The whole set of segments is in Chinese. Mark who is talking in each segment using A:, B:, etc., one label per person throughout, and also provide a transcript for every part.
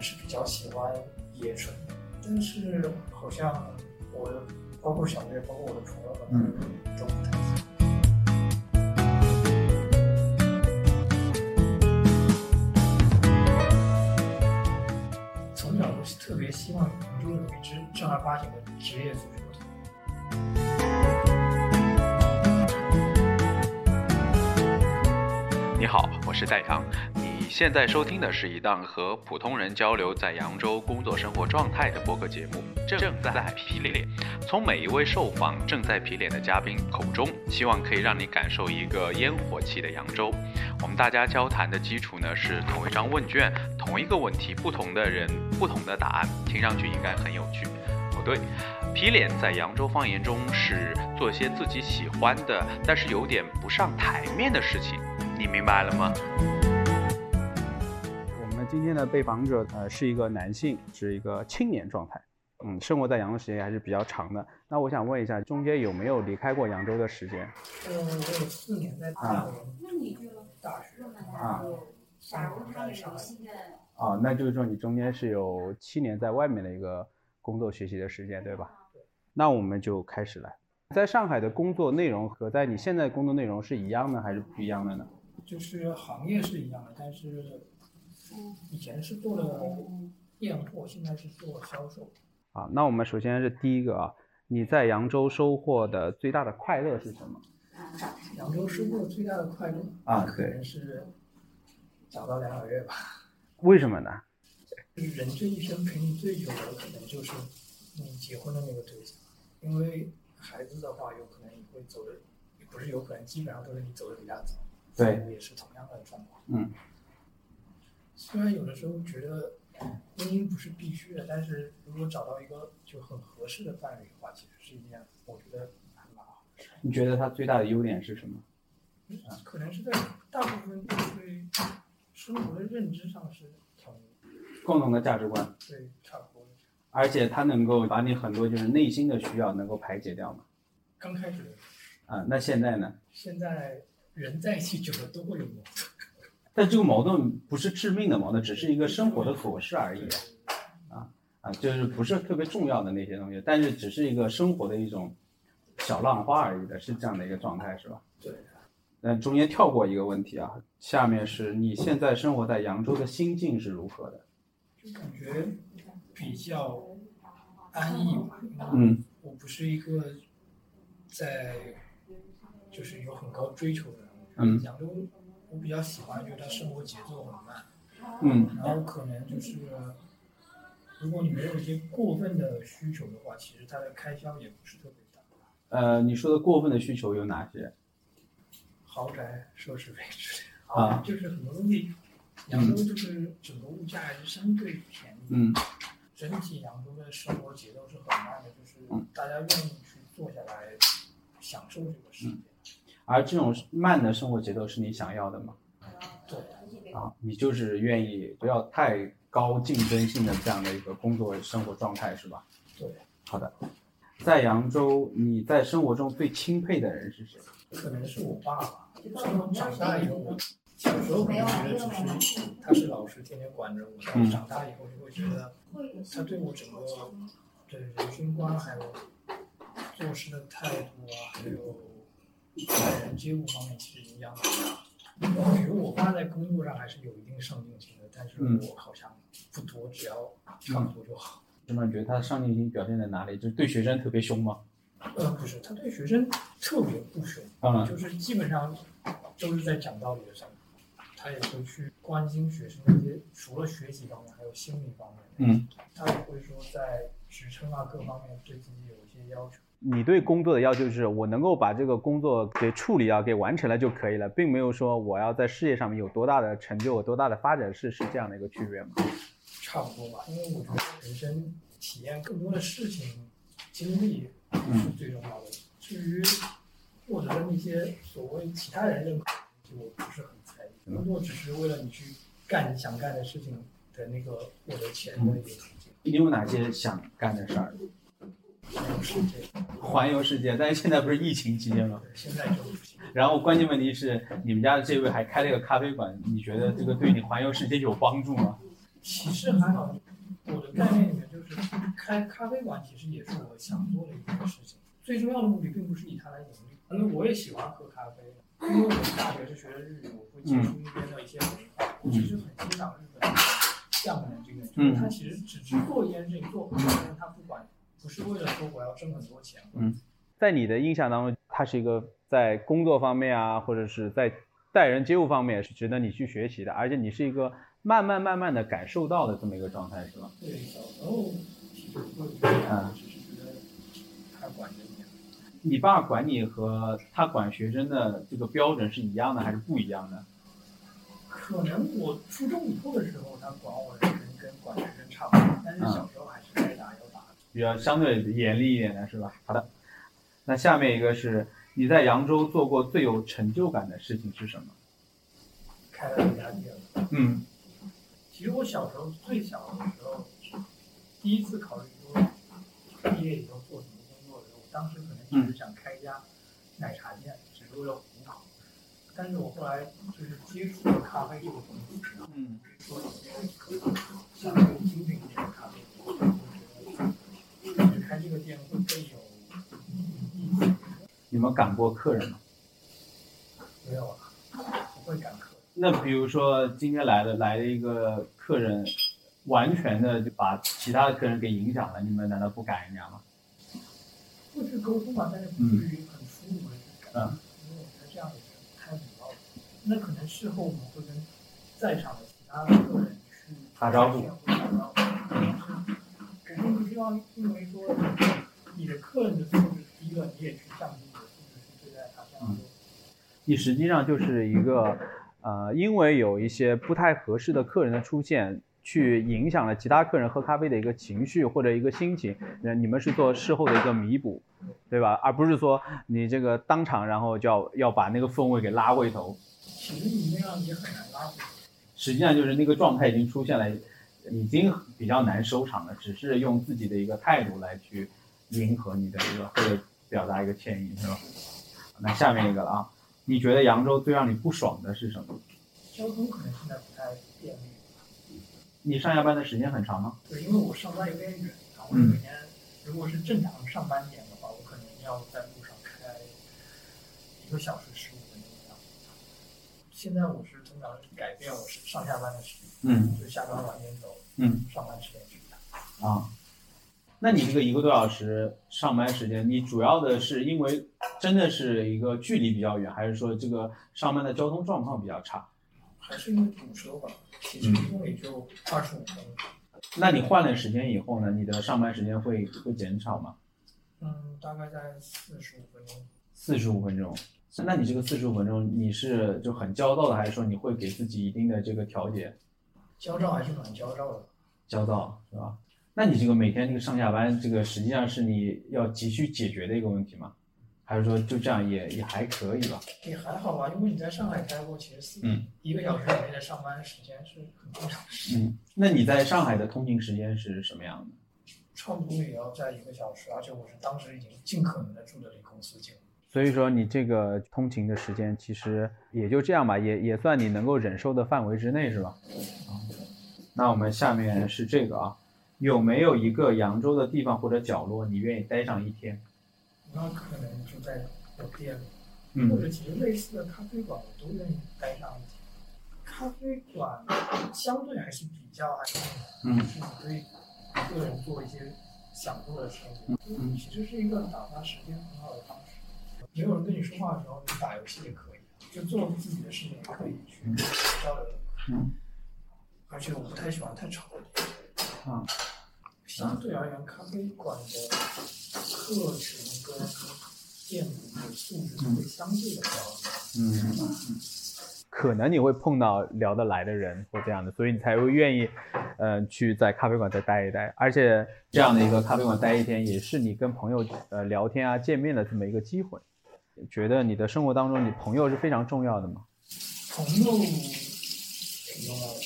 A: 喜欢野炊，但是好像我包括小月，包括我的朋友们都不太喜欢。从小我是特别希望能够有一支正儿八经的职业足球队。
B: 你好，我是在阳。你现在收听的是一档和普通人交流在扬州工作生活状态的播客节目《正在皮脸》。从每一位受访正在皮脸的嘉宾口中，希望可以让你感受一个烟火气的扬州。我们大家交谈的基础呢是同一张问卷，同一个问题，不同的人，不同的答案，听上去应该很有趣。不对，皮脸在扬州方言中是做些自己喜欢的，但是有点不上台面的事情。你明白了吗？
C: 我们今天的被访者呃是一个男性，是一个青年状态，嗯，生活在扬州时间还是比较长的。那我想问一下，中间有没有离开过扬州的时间？
A: 嗯，我有四年在大连
D: 那你就
A: 大学，
D: 慢慢
B: 啊
D: 来，假如他有新的，
C: 啊，那就是说你中间是有七年在外面的一个工作学习的时间，对吧？那我们就开始来，在上海的工作内容和在你现在工作内容是一样呢，还是不一样的呢？
A: 就是行业是一样的，但是
D: 嗯
A: 以前是做的
D: 嗯，
A: 验货，现在是做销售。
C: 啊，那我们首先是第一个啊，你在扬州收获的最大的快乐是什么？
A: 扬州收获最大的快乐
C: 啊
A: 可能是找到梁晓月吧。
C: 为什么呢？
A: 就是人这一生陪你最久的，可能就是你结婚的那个对象，因为孩子的话，有可能你会走的，也不是有可能，基本上都是你走的比他早。
C: 对，
A: 也是同样的状况。
C: 嗯，
A: 虽然有的时候觉得婚姻不是必须的，但是如果找到一个就很合适的伴侣的话，其实是一件我觉得还蛮好的事。
C: 你觉得它最大的优点是什么？
A: 可能是在大部分对生活的认知上是统一，
C: 共同的价值观。
A: 对，差不多。
C: 而且它能够把你很多就是内心的需要能够排解掉嘛。
A: 刚开始的
C: 啊，那现在呢？
A: 现在人在一起久了都会有矛盾。
C: 但这个矛盾不是致命的矛盾，只是一个生活的琐事而已啊，就是不是特别重要的那些东西，但是只是一个生活的一种小浪花而已的，是这样的一个状态，是吧？
A: 对。
C: 那中间跳过一个问题啊，下面是你现在生活在扬州的心境是如何的？
A: 就感觉比较安逸吧。因为
C: 嗯
A: 我不是一个在就是有很高追求的人。
C: 嗯
A: 扬州我比较喜欢，就是它生活节奏很慢，
C: 嗯
A: 然后可能就是如果你没有一些过分的需求的话，其实它的开销也不是特别大。
C: 呃，你说的过分的需求有哪些？
A: 豪宅、奢侈品之类的
C: 啊，
A: 就是很多东西，扬州就是整个物价还是相对便宜的。
C: 嗯
A: 整体扬州的生活节奏是很慢的，就是大家愿意去坐下来享受这个世界。
C: 而这种慢的生活节奏是你想要的吗？
A: 对
C: 啊，你就是愿意不要太高竞争性的这样的一个工作生活状态，是吧？
A: 对，
C: 好的。在扬州，你在生活中最钦佩的人是谁？
A: 可能是我爸爸，
D: 就到我
A: 从
D: 们这
A: 长大以后，
D: 儿
A: 我小时候可能觉得只是他是老师，天天管着我，但是长大以后就会觉得他对我整个对人生观，还有做事的态度啊，还有待人接物方面，其实影响很大。我觉得我爸在工作上还是有一定上进心的，但是
C: 嗯
A: 我好像不多，只要差不多就好。
C: 什么？你觉得他的上进心表现在哪里？就是对学生特别凶吗？
A: 呃，不是，他对学生特别不凶，
C: 嗯
A: 就是基本上都是在讲道理的上面，他也会去关心学生的一些，除了学习方面，还有心理方面。
C: 嗯，
A: 他也会说在职称啊各方面对自己有一些要求。
C: 你对工作的要求就是我能够把这个工作给处理啊，给完成了就可以了，并没有说我要在事业上面有多大的成就，有多大的发展，是是这样的一个区别吗？
A: 差不多吧，因为我觉得人生体验更多的事情、经历是最重要的。至于获得的那些所谓其他人认可的东西，我不是很在意。工作只是为了你去干你想干的事情的那个获得钱的一个途径，
C: 你有哪些想干的事儿？
A: 不是这个。
C: 环游世界，但是现在不是疫情期间吗？
A: 现在就不行。
C: 然后关键问题是，你们家的这位还开了一个咖啡馆，你觉得这个对你环游世界有帮助吗？
A: 其实还好，我的概念里面就是开咖啡馆，其实也是我想做的一件事情。最重要的目的并不是以它来盈利，因为我也喜欢喝咖啡，因为我大学是学的日语，我会接触那边的一些文化，我其实很欣赏日本匠人这个，就是他其实只是做一件事情，做很多人他不管，不是为了说我要挣很多钱，
B: 在你的印象当中，他是一个在工作方面啊，或者是在待人接物方面是值得你去学习的，而且你是一个慢慢慢慢的感受到的这么一个状态，是吧？
A: 对，小时候其实不会觉得，只是觉得他管着你。
C: 你爸管你和他管学生的这个标准是一样的还是不一样的？
A: 可能我初中以后的时候，他管我的时候跟管学生差不多，但是小时候还是该打要打。
C: 比较相对严厉一点的是吧？好的，那下面一个是你在扬州做过最有成就感的事情是什么？
A: 开了一家店。
C: 嗯
A: 其实我小时候最小的时候，第一次考虑说毕业以后做什么工作的时候，我当时可能只是想开一家奶茶店，只是为了糊口。但是我后来就是接触了咖啡这个东西，然后
C: 嗯
A: 说想要精品一点的咖啡，我就觉得开这个店会不会有意义？
C: 你们赶过客人吗？
A: 没有啊，不会赶客。
C: 那比如说今天来了来了一个客人，完全的就把其他的客人给影响了，你们难道不赶人家吗？
A: 会去沟通吧，但是不至于很粗鲁的去感，因为我觉得这样也是太礼貌了。那可能事后我们会跟在场的其他的客人去
C: 打招呼
A: 打招呼，肯定不希望因为说你的客人的素质低了，你也去降低你的素质去对待他，这样就
B: 你实际上就是一个，呃，因为有一些不太合适的客人的出现，去影响了其他客人喝咖啡的一个情绪或者一个心情，那你们是做事后的一个弥补，对吧？而不是说你这个当场然后就要要把那个氛围给拉回头，
A: 其实你那样也很难拉回来。
C: 实际上就是那个状态已经出现了，已经比较难收场了，只是用自己的一个态度来去迎合你的这个或者表达一个歉意，是吧？那下面一个了啊，你觉得扬州最让你不爽的是什么？
A: 交通可能现在不太便利，
C: 你上下班的时间很长吗？
A: 对，因为我上班有点远，然后我每天如果是正常上班点的话，我可能要在路上开一个小时十五分钟这样。现在我是通常改变我是上下班的时间，
C: 嗯
A: 就下班晚点走，
C: 嗯
A: 上班时间去打。
C: 啊，那你这个一个多小时上班时间，你主要的是因为真的是一个距离比较远，还是说这个上班的交通状况比较差？
A: 还是因为堵车吧，其实一共也就二十五分钟。
C: 那你换了时间以后呢，你的上班时间会会减少吗？
A: 嗯，大概在四十五分钟。
C: 四十五分钟。那你这个四十五分钟，你是就很焦躁的，还是说你会给自己一定的这个调节？
A: 焦躁还是蛮焦躁的，
C: 焦躁是吧？那你这个每天这个上下班，这个实际上是你要急需解决的一个问题吗？还是说就这样也也还可以吧？
A: 也还好吧，因为你在上海开过，其实四、
C: 嗯
A: 一个小时以内的上班时间是很正常的事。
C: 嗯，那你在上海的通勤时间是什么样的？
A: 差不多也要在一个小时，而且我是当时已经尽可能的住的离公司近。
B: 所以说你这个通勤的时间其实也就这样吧，也也算你能够忍受的范围之内，是吧？
C: 啊那我们下面是这个啊，有没有一个扬州的地方或者角落你愿意待上一天？
A: 那可能就在我店里，或
C: 嗯
A: 者其实类似的咖啡馆，我都愿意待上一天。咖啡馆相对还是比较安静的，
C: 嗯
A: 就是你可以一个人做一些想做的事情，
C: 嗯
A: 其实是一个打发时间很好的方式。没有人跟你说话的时候，你打游戏也可以，就做自己的事情也可以去交流。
C: 嗯，
A: 而且我不太喜欢太吵的地方。
C: 啊，
A: 相对而言，咖啡馆的客群跟店主的素质会相对的高一点。
C: 嗯
B: 可能你会碰到聊得来的人或这样的，所以你才会愿意，呃，去在咖啡馆再待一待。而且这样的一个咖啡馆待一天，也是你跟朋友呃聊天啊、见面的这么一个机会。觉得你的生活当中，你朋友是非常重要的嘛？
A: 朋友挺重要的，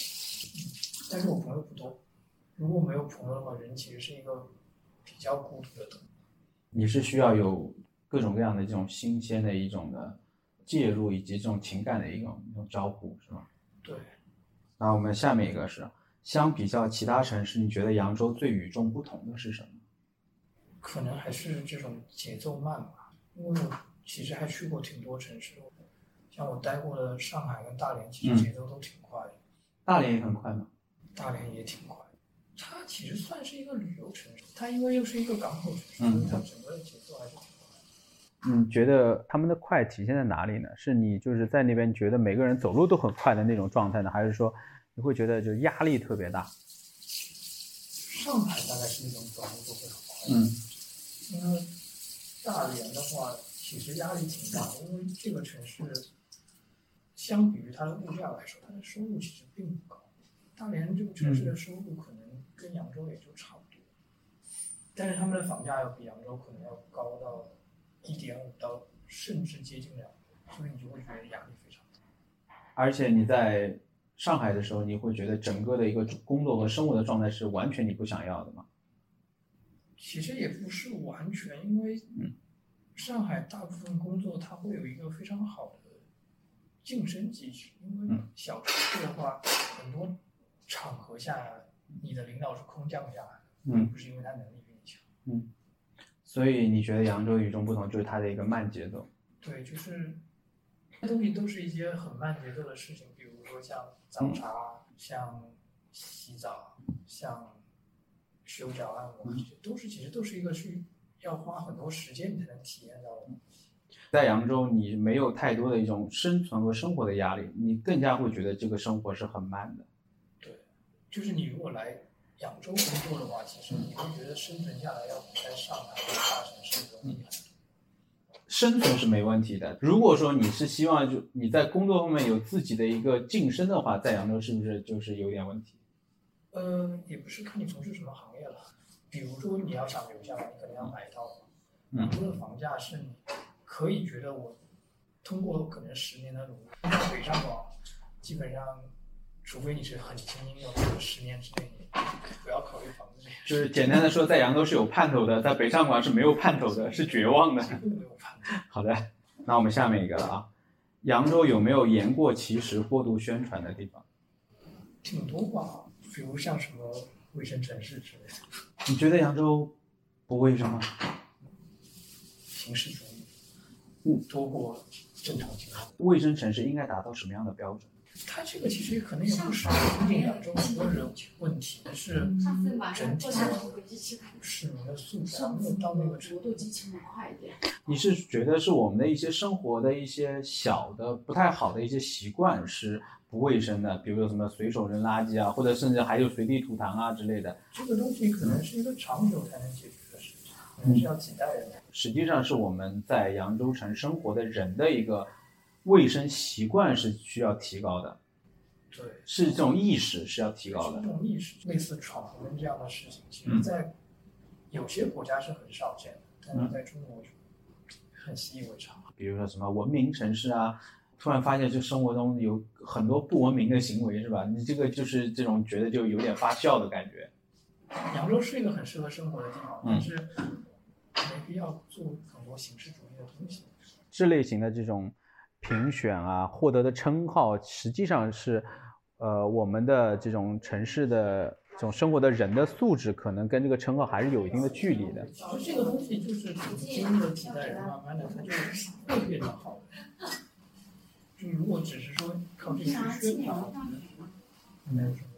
A: 但是我朋友不多。如果没有朋友的话，人其实是一个比较孤独的东西。
C: 你是需要有各种各样的这种新鲜的一种的介入，以及这种情感的一种一种招呼，是吗？
A: 对，
C: 那我们下面一个是，相比较其他城市，你觉得扬州最与众不同的是什么？
A: 可能还是这种节奏慢吧，因为我其实还去过挺多城市，像我待过的上海跟大连，其
C: 嗯
A: 实节奏都挺快的，
C: 大连也很快吗？
A: 大连也挺快。它其实算是一个旅游城市，它因为又是一个港口城市，
C: 嗯
A: 所以它整个的节奏还是挺快的。
E: 你觉得他们的快体现在哪里呢？是你就是在那边觉得每个人走路都很快的那种状态呢，还是说你会觉得就是压力特别大？
A: 上海大概是那种走路都会很快，
C: 嗯，
A: 因为大连的话，其实压力挺大的，因为这个城市相比于它的物价来说，它的收入其实并不高。大连这个城
C: 嗯
A: 市的收入可能跟扬州也就差不多，但是他们的房价要比扬州可能要高到一点五到甚至接近两倍，所以你就会觉得压力非常大。
C: 而且你在上海的时候，你会觉得整个的一个工作和生活的状态是完全你不想要的吗？
A: 其实也不是完全，因为
C: 嗯
A: 上海大部分工作它会有一个非常好的晋升机制，因为
C: 嗯
A: 小城市的话，很多场合下来，你的领导是空降下来的，
C: 嗯
A: 不是因为他能力比你强。
C: 所以你觉得扬州与众不同就是它的一个慢节奏。
A: 对，就是这东西都是一些很慢节奏的事情，比如说像早
C: 嗯
A: 茶、像洗澡、像修脚按摩，
C: 嗯
A: 这些都是其实都是一个去要花很多时间你才能体验到的。
C: 在扬州，你没有太多的一种生存和生活的压力，你更加会觉得这个生活是很慢的。
A: 就是你如果来扬州工作的话，其实你会觉得生存下来要比在上海这个大城市容易很多。
C: 生存是没问题的。如果说你是希望就你在工作方面有自己的一个晋升的话，在扬州是不是就是有点问题？
A: 呃，也不是看你从事什么行业了，比如说你要想留下来，你可能要买一套房，
C: 嗯
A: 很多的房价是你可以觉得我通过可能十年的努力水上网，基本上，除非你是很精英的，或者十年之内你不要考虑房子这件
C: 就
A: 事
C: 是简单的说，在扬州是有盼头的，在北上广是没有盼头的，是绝望的。
A: 情，并没有判断。
C: 好的，那我们下面一个了啊。扬州有没有言过其实、过度宣传的地方？
A: 挺多吧，比如像什么卫生城市之类的，
C: 你觉得扬州不卫生吗？
A: 形式主义，
C: 嗯
A: 多过正常情况。
C: 卫生城市应该达到什么样的标准？
A: 它这个其实可能也不是仅仅扬州个人问题，是
C: 嗯
D: 上次晚上做下回去吃饭，
A: 市民的素质还
D: 上
A: 没有
D: 次
A: 到那个程
D: 国
A: 度。
D: 度激情的快一点，
C: 你是觉得是我们的一些生活的一些小的不太好的一些习惯是不卫生的，比如说什么随手扔垃圾啊，或者甚至还有随地吐痰啊之类的，
A: 这个东西可能是一个长久才能解决的事情，可能是要几代人。
C: 实际上是我们在扬州城生活的人的一个卫生习惯是需要提高的，
A: 对，
C: 是这种意识是要提高
A: 是
C: 的
A: 这。种意识，类似闯红灯这样的事情，其实
C: 嗯
A: 在有些国家是很少见的，但是在中国就很习以为常。
C: 比如说什么文明城市啊，突然发现这生活中有很多不文明的行为，是吧？你这个就是这种觉得就有点发笑的感觉。
A: 扬州是一个很适合生活的地方，
C: 嗯
A: 但是没必要做很多形式主义的东西。
E: 这类型的这种评选啊，获得的称号，实际上是，呃，我们的这种城市的这种生活的人的素质，可能跟这个称号还是有一定的距离的。
A: 其实这个东西就是经过几代人，慢慢的它就会变成好的。就如果只是说靠这个去宣传，
C: 嗯
A: 没有什么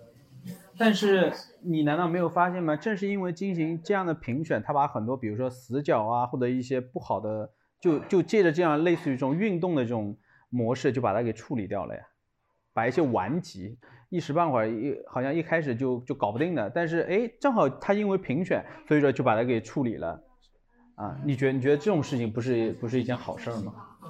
A: 意义。
E: 但是你难道没有发现吗？正是因为进行这样的评选，他把很多比如说死角啊，或者一些不好的，就就借着这样类似于这种运动的这种模式，就把它给处理掉了呀，把一些顽疾一时半会儿一好像一开始就就搞不定的，但是哎，正好他因为评选，所以说就把它给处理了。啊，你觉得你觉得这种事情不是不是一件好事儿吗？
A: 呃，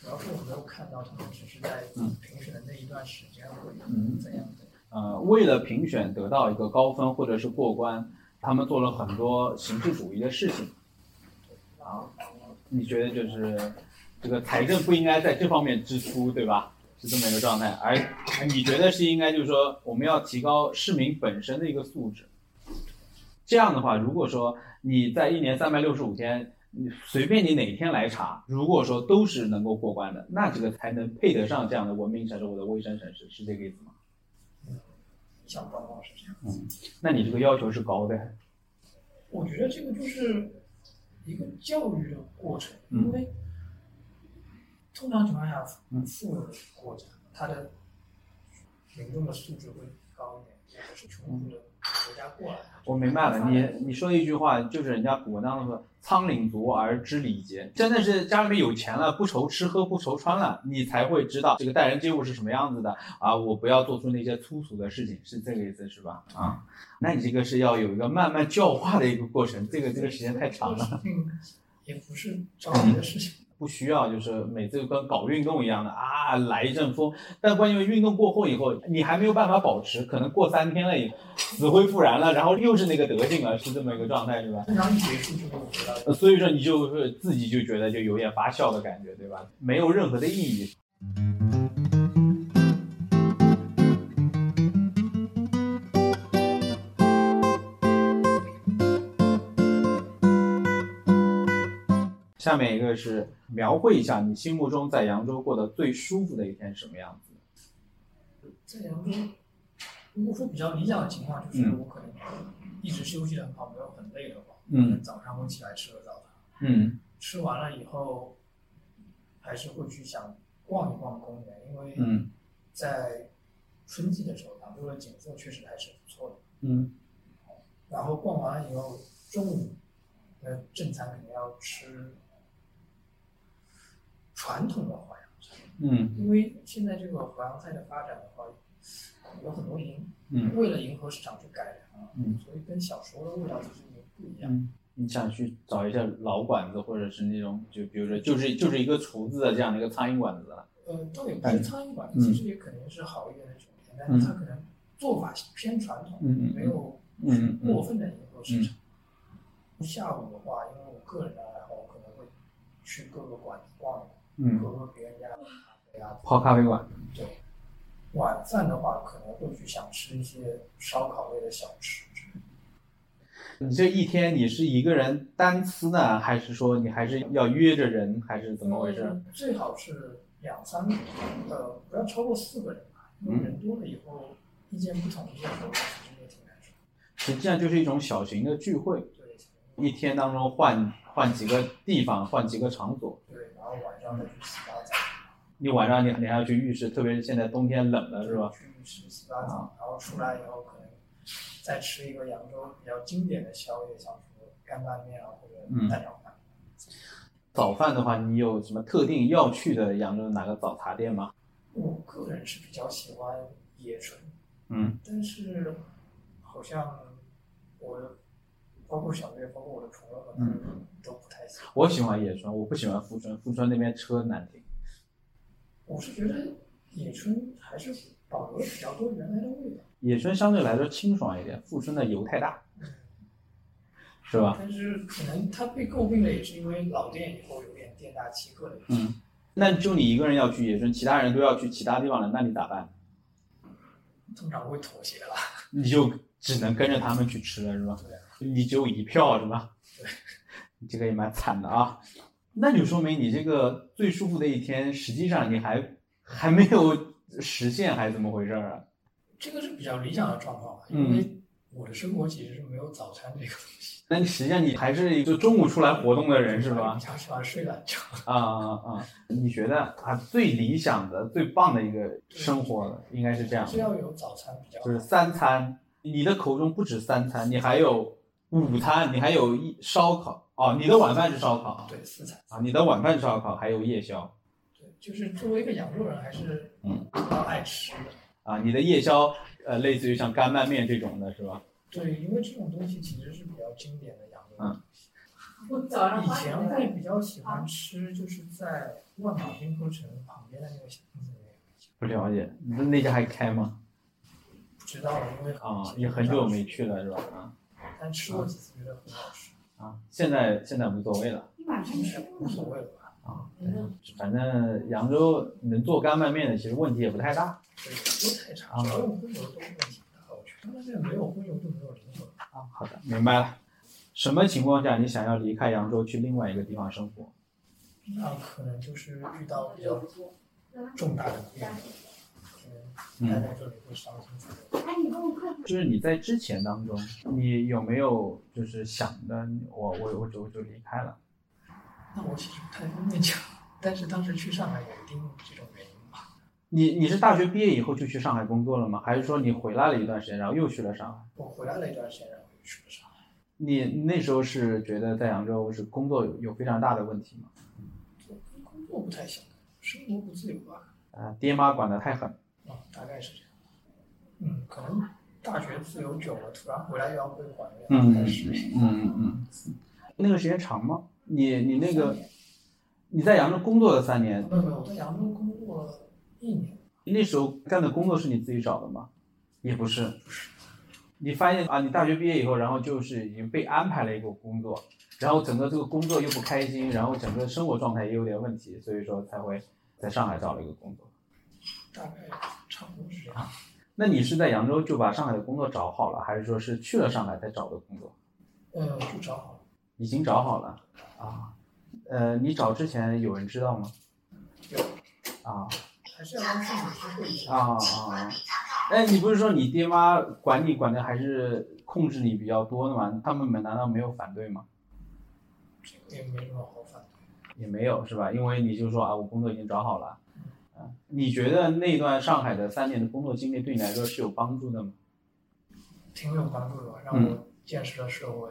A: 主要是我没有看到他们只是在评选的那一段时间会
C: 嗯
A: 怎样怎样。
C: 呃，为了评选得到一个高分或者是过关，他们做了很多形式主义的事情。啊，你觉得就是这个财政不应该在这方面支出，对吧？是这么一个状态，而你觉得是应该就是说我们要提高市民本身的一个素质。这样的话，如果说你在一年三百六十五天，你随便你哪天来查，如果说都是能够过关的，那这个才能配得上这样的文明城市或者卫生城市，是这个意思吗？
A: 想往往是这样。
C: 那你这个要求是高的，
A: 我觉得这个就是一个教育的过程，
C: 嗯
A: 因为通常情况下
C: 嗯，
A: 富有的国家，它的民众的素质会高一点，也是穷苦的国家过来的。
C: 我明白了，你你说的一句话就是人家古文当中说“仓廪足而知礼节”，真的是家里面有钱了，不愁吃喝，不愁穿了，你才会知道这个待人接物是什么样子的啊！我不要做出那些粗俗的事情，是这个意思是吧？啊，那你这个是要有一个慢慢教化的一个过程，这个这个时间太长
A: 这
C: 了，
A: 个事情也不是着急的事情。
C: 不需要就是每次跟搞运动一样的啊，来一阵风。但关键运动过后以后，你还没有办法保持，可能过三天了以后死灰复燃了，然后又是那个德性了，是这么一个状态是吧？
A: 通常一结束就会回到
C: 呃所以说你就是自己就觉得就有点发笑的感觉，对吧？没有任何的意义。下面一个是描绘一下你心目中在扬州过得最舒服的一天是什么样子。
A: 在扬州，如果说比较理想的情况，就是我可能一直休息的很好，没有很累的话，
C: 嗯，
A: 早上会起来吃个早餐，
C: 嗯
A: 吃完了以后，还是会去想逛一逛公园，因为
C: 嗯
A: 在春季的时候，扬州的景色确实还是不错的。
C: 嗯
A: 然后逛完了以后，中午那正餐肯定要吃传统的淮扬菜，
C: 嗯
A: 因为现在这个淮扬菜的发展的话，有很多迎
C: 嗯
A: 为了迎合市场去改良啊，
C: 嗯
A: 所以跟小时候的味道其实也不一样。
C: 嗯，你想去找一下老馆子，或者是那种就比如说就是就是一个厨子的这样的一个苍蝇馆子了。
A: 呃，倒也不
C: 哎
A: 是苍蝇馆
C: 嗯
A: 子，其实也肯定是好一点的酒店，但是它可能做法偏传统，
C: 嗯嗯嗯
A: 没有
C: 嗯嗯
A: 过分的迎合市场。下午的话，因为我个人的爱好，我可能会去各个馆子逛一逛。
C: 嗯，
A: 喝喝别人家的咖啡啊。
C: 泡咖啡馆。
A: 对，晚饭的话可能会去想吃一些烧烤类的小吃之类的。
C: 你这一天你是一个人单吃呢，还是说你还是要约着人，还是怎么回事？？
A: 最好是两三个，呃，不要超过四个人吧，因
C: 嗯
A: 为人多了以后意见不统一的时候，其实也挺难受。
C: 实际上就是一种小型的聚会，
A: 对，
C: 一天当中换换几个地方，换几个场所。
A: 对，然后晚上再去洗把澡，
C: 你晚上你你还要去浴室，特别是现在冬天冷了是吧？
A: 去浴室洗把澡，然后出来以后可能再吃一个扬州比较经典的宵夜，像什么干拌面啊或
C: 嗯
A: 者蛋炒饭。
C: 早饭的话，你有什么特定要去的扬州哪个早茶店吗？
A: 我个人是比较喜欢野炊，
C: 嗯
A: 但是好像我的，包括小月，包括我的朋友，可
C: 嗯
A: 能都不太喜欢。
C: 我喜欢野村，我不喜欢富春，富春那边车难停。
A: 我是觉得野春还是保留了比较多原来的味道，
C: 野村相对来说清爽一点，富春的油太大，是吧？
A: 但是可能它被诟病的也是因为老店以后有点店大欺客的原因。
C: 嗯，那就你一个人要去野村，其他人都要去其他地方了，那你咋办？
A: 通常会妥协了。
C: 你就只能跟着他们去吃了，是吧？
A: 对啊
C: 你只有一票，是吧？
A: 对，
C: 你这个也蛮惨的啊。那就说明你这个最舒服的一天，实际上你还还没有实现，还是怎么回事儿啊？
A: 这个是比较理想的状况吧，
C: 嗯
A: 因为我的生活其实是没有早餐这个东西，
C: 那你实际上你还是就中午出来活动的人，是吧
A: 比？较喜欢睡懒觉。
C: 啊啊啊！你觉得啊，最理想的、最棒的一个生活了，应该是这样的
A: 是。要有早餐比较好
C: 就是三餐，你的口中不止三餐，你还有午餐，你还有一烧烤哦，你的晚饭是烧烤
A: 对四餐。
C: 啊，你的晚饭是烧烤，还有夜宵
A: 对，就是作为一个扬州人，还是
C: 嗯
A: 比较爱吃的。
C: 啊，你的夜宵呃，类似于像干拌面这种的是吧？
A: 对，因为这种东西其实是比较经典的扬州。
C: 嗯
D: 我早上
A: 以
D: 八
A: 前
D: 点
A: 会
D: 半，
A: 比较喜
D: 啊
A: 欢吃，就是在万马冰河城旁边的那个小嗯巷子里面，
C: 不了解，那那家还开吗？
A: 不知道了，因为
C: 啊，也很久没，去了是吧？啊
A: 但吃过几次觉得很好吃，
C: 啊，现在现在无所谓了
D: 你晚上吃
A: 无所谓了吧？
C: 啊
D: 嗯，
C: 反正扬州能做干拌面的，其实问题也不太大
A: 对，不太
C: 嗯
A: 差，只要用荤油都问题不大。我觉得那边没有荤油就没有灵魂。
C: 啊。好的，明白了。什么情况下你想要离开扬州去另外一个地方生活？
A: 那可能就是遇到比较重大的变故，可能待在这里会伤心自己。
C: 就是你在之前当中，你有没有就是想的，我我我就我就离开了？
A: 那我其实不太方便讲， 但是当时去上海有一定这种原因吧。
C: 你你是大学毕业以后就去上海工作了吗？还是说你回来了一段时间，然后又去了上海？
A: 我回来了一段时间，然后又去了上海。
C: 你那时候是觉得在扬州是工作有有非常大的问题吗？
A: 我跟工作不太相干，生活不自由吧？
C: 啊，爹妈管得太狠。
A: 啊，大概是这样。嗯，可能大学自由久了，突然回来又要被管，又要
C: 嗯
A: 开始。
C: 嗯嗯，那个时间长吗？你你那个你在扬州工作了三年，
A: 没有没有，我在扬州工作了一年，
C: 那时候干的工作是你自己找的吗？也不是，你发现啊，你大学毕业以后，然后就是已经被安排了一个工作，然后整个这个工作又不开心，然后整个生活状态也有点问题，所以说才会在上海找了一个工作。
A: 大概差不多是这样。
C: 那你是在扬州就把上海的工作找好了，还是说是去了上海才找的工作？
A: 呃，就找好了，
C: 已经找好了啊？呃，你找之前有人知道吗？
A: 有
C: 啊
A: 还是要跟父母去会一下。
C: 啊啊！啊哎，你不是说你爹妈管你管的还是控制你比较多的吗？他们们难道没有反对吗？
A: 这个也没什么好反对。
C: 也没有是吧？因为你就说啊，我工作已经找好了。啊，你觉得那段上海的三年的工作经历对你来说是有帮助的吗？
A: 挺有帮助的吧，让我见识了社会。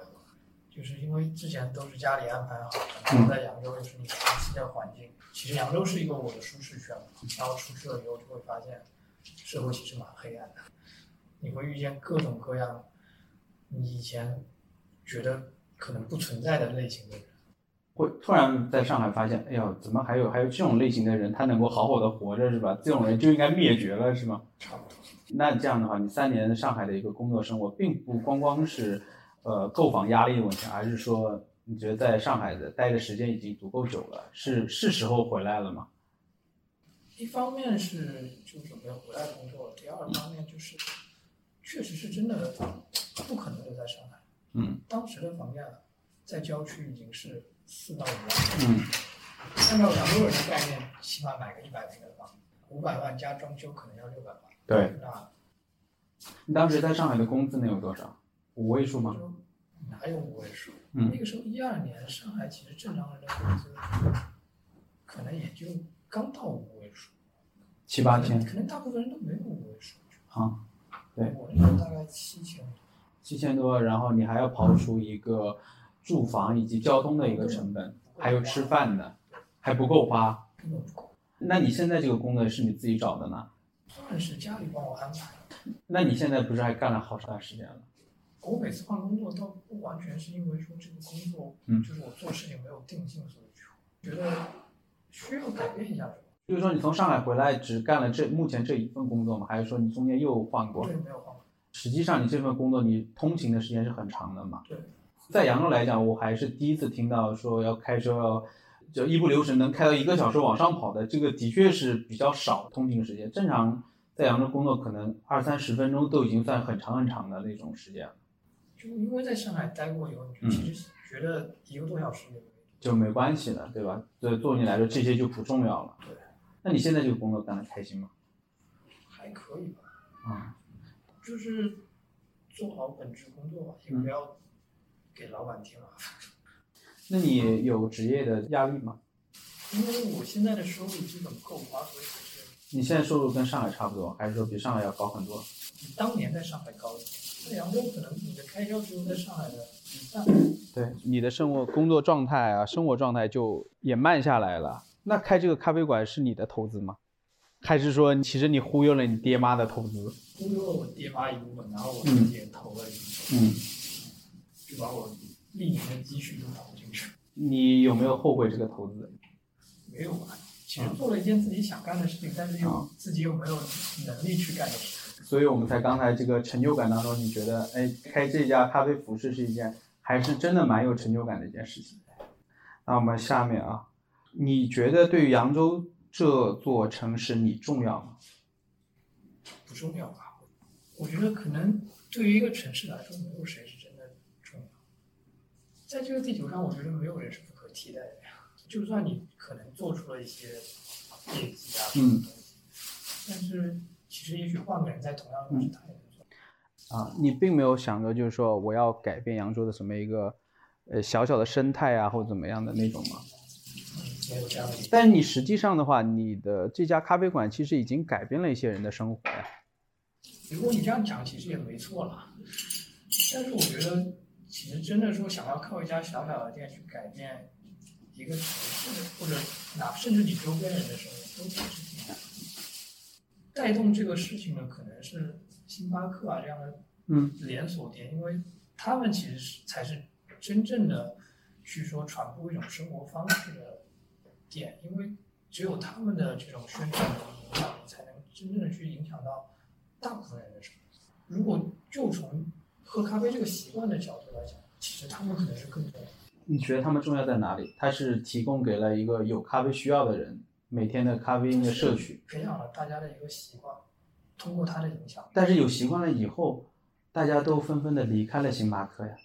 A: 就是因为之前都是家里安排好的，然后在扬州又是你熟悉的环境。其实扬州是一个我的舒适圈嘛，然后出去了以后就会发现，社会其实蛮黑暗的。你会遇见各种各样你以前觉得可能不存在的类型的人。
C: 会突然在上海发现，哎呦，怎么还有还有这种类型的人，他能够好好的活着是吧？这种人就应该灭绝了是吗？
A: 差不多，
C: 那这样的话，你三年上海的一个工作生活，并不光光是呃购房压力的问题，而是说你觉得在上海的待的时间已经足够久了，是是时候回来了吗？
A: 一方面是就准备回来工作，第二方面就是确实是真的不可能留在上海。
C: 嗯
A: 当时的房价在郊区已经是四到五万，
C: 嗯
A: 按照扬州人的概念，起码买个一百平的房，五百万加装修可能要六百万。
C: 对，
A: 那
C: 你当时在上海的工资能有多少？五位数吗？
A: 就哪有五位数？
C: 嗯
A: 那个时候一二年，上海其实正常人的工资可能也就刚到五位数，
C: 七八千
A: 可能大部分人都没有五位数。
C: 啊，对
A: 我那时候大概七千多，
C: 七千多，然后你还要刨除一个住房以及交通的一个成本，还有吃饭的，还不够花。
A: 根本不够。
C: 那你现在这个工作是你自己找的呢？
A: 算是家里帮我安排的。
C: 那你现在不是还干了好长时间了？
A: 我每次换工作倒不完全是因为说这个工作，
C: 嗯
A: 就是我做事情没有定性，所以去觉得需要改变一下什么。
C: 就是说你从上海回来只干了这目前这一份工作吗？还是说你中间又换过
A: 对，？没有换过。
C: 实际上你这份工作你通勤的时间是很长的嘛？
A: 对，
C: 在扬州来讲，我还是第一次听到说要开车要就一不留神能开到一个小时往上跑的，这个的确是比较少通勤时间。正常在扬州工作可能二三十分钟都已经算很长很长的那种时间了，
A: 就因为在上海待过以后，你就
C: 嗯
A: 其实觉得一个多小时也没
C: 就没关系了，对吧？对，对你来说这些就不重要了。
A: 对，
C: 那你现在这个工作干得开心吗？
A: 还可以吧，
C: 啊、
A: 就是做好本职工作吧，也
C: 嗯
A: 不要给老板添麻烦。
C: 那你有职业的压力吗？
A: 因为我现在的收入基本够花，所以还是
C: 你现在收入跟上海差不多，还是说比上海要高很多？
A: 比当年在上海高一点。在扬州可能你的开销只有在上海的一半。
C: 对，
F: 你的生活、工作状态啊，生活状态就也慢下来了。那开这个咖啡馆是你的投资吗？还是说，其实你忽悠了你爹妈的投资？
A: 忽悠了我爹妈一部分，然后我自己也投了一部分。
C: 嗯。
A: 就把我历年的积蓄都投进去。
C: 你有没有后悔这个投资？
A: 没有啊，其实做了一件自己想干的事情，但是又自己又没有能力去干的事情。
C: 所以我们才刚才这个成就感当中，你觉得，哎，开这家咖啡服饰是一件还是真的蛮有成就感的一件事情。那我们下面啊，你觉得对于扬州这座城市你重要吗？
A: 不重要吧？我觉得可能对于一个城市来说，没有谁是真的重要。在这个地球上，我觉得没有人是不可替代的。就算你可能做出了一些业绩啊，
C: 嗯，
A: 但是其实也许换个人在同样的位置，他也能做。
C: 啊，你并没有想着就是说我要改变扬州的什么一个呃小小的生态啊，或者怎么样的那种吗？
A: 嗯，没有这样的一个。
C: 但是你实际上的话，你的这家咖啡馆其实已经改变了一些人的生活呀。
A: 如果你这样讲，其实也没错啦。但是我觉得，其实真的说想要靠一家小小的店去改变一个城市的，或者哪甚至你周边人的生活，都不是挺难的。带动这个事情呢，可能是星巴克啊这样的
C: 嗯
A: 连锁店，因为他们其实是才是真正的去说传播一种生活方式的店，因为只有他们的这种宣传和影响力，才能真正的去影响到大部分人的生活。如果就从喝咖啡这个习惯的角度来讲，其实他们可能是更多的。
C: 你觉得他们重要在哪里？它是提供给了一个有咖啡需要的人每天的咖啡因的摄取，
A: 培养了大家的一个习惯，通过它的影响，
C: 但是有习惯了以后，大家都纷纷的离开了星巴克呀。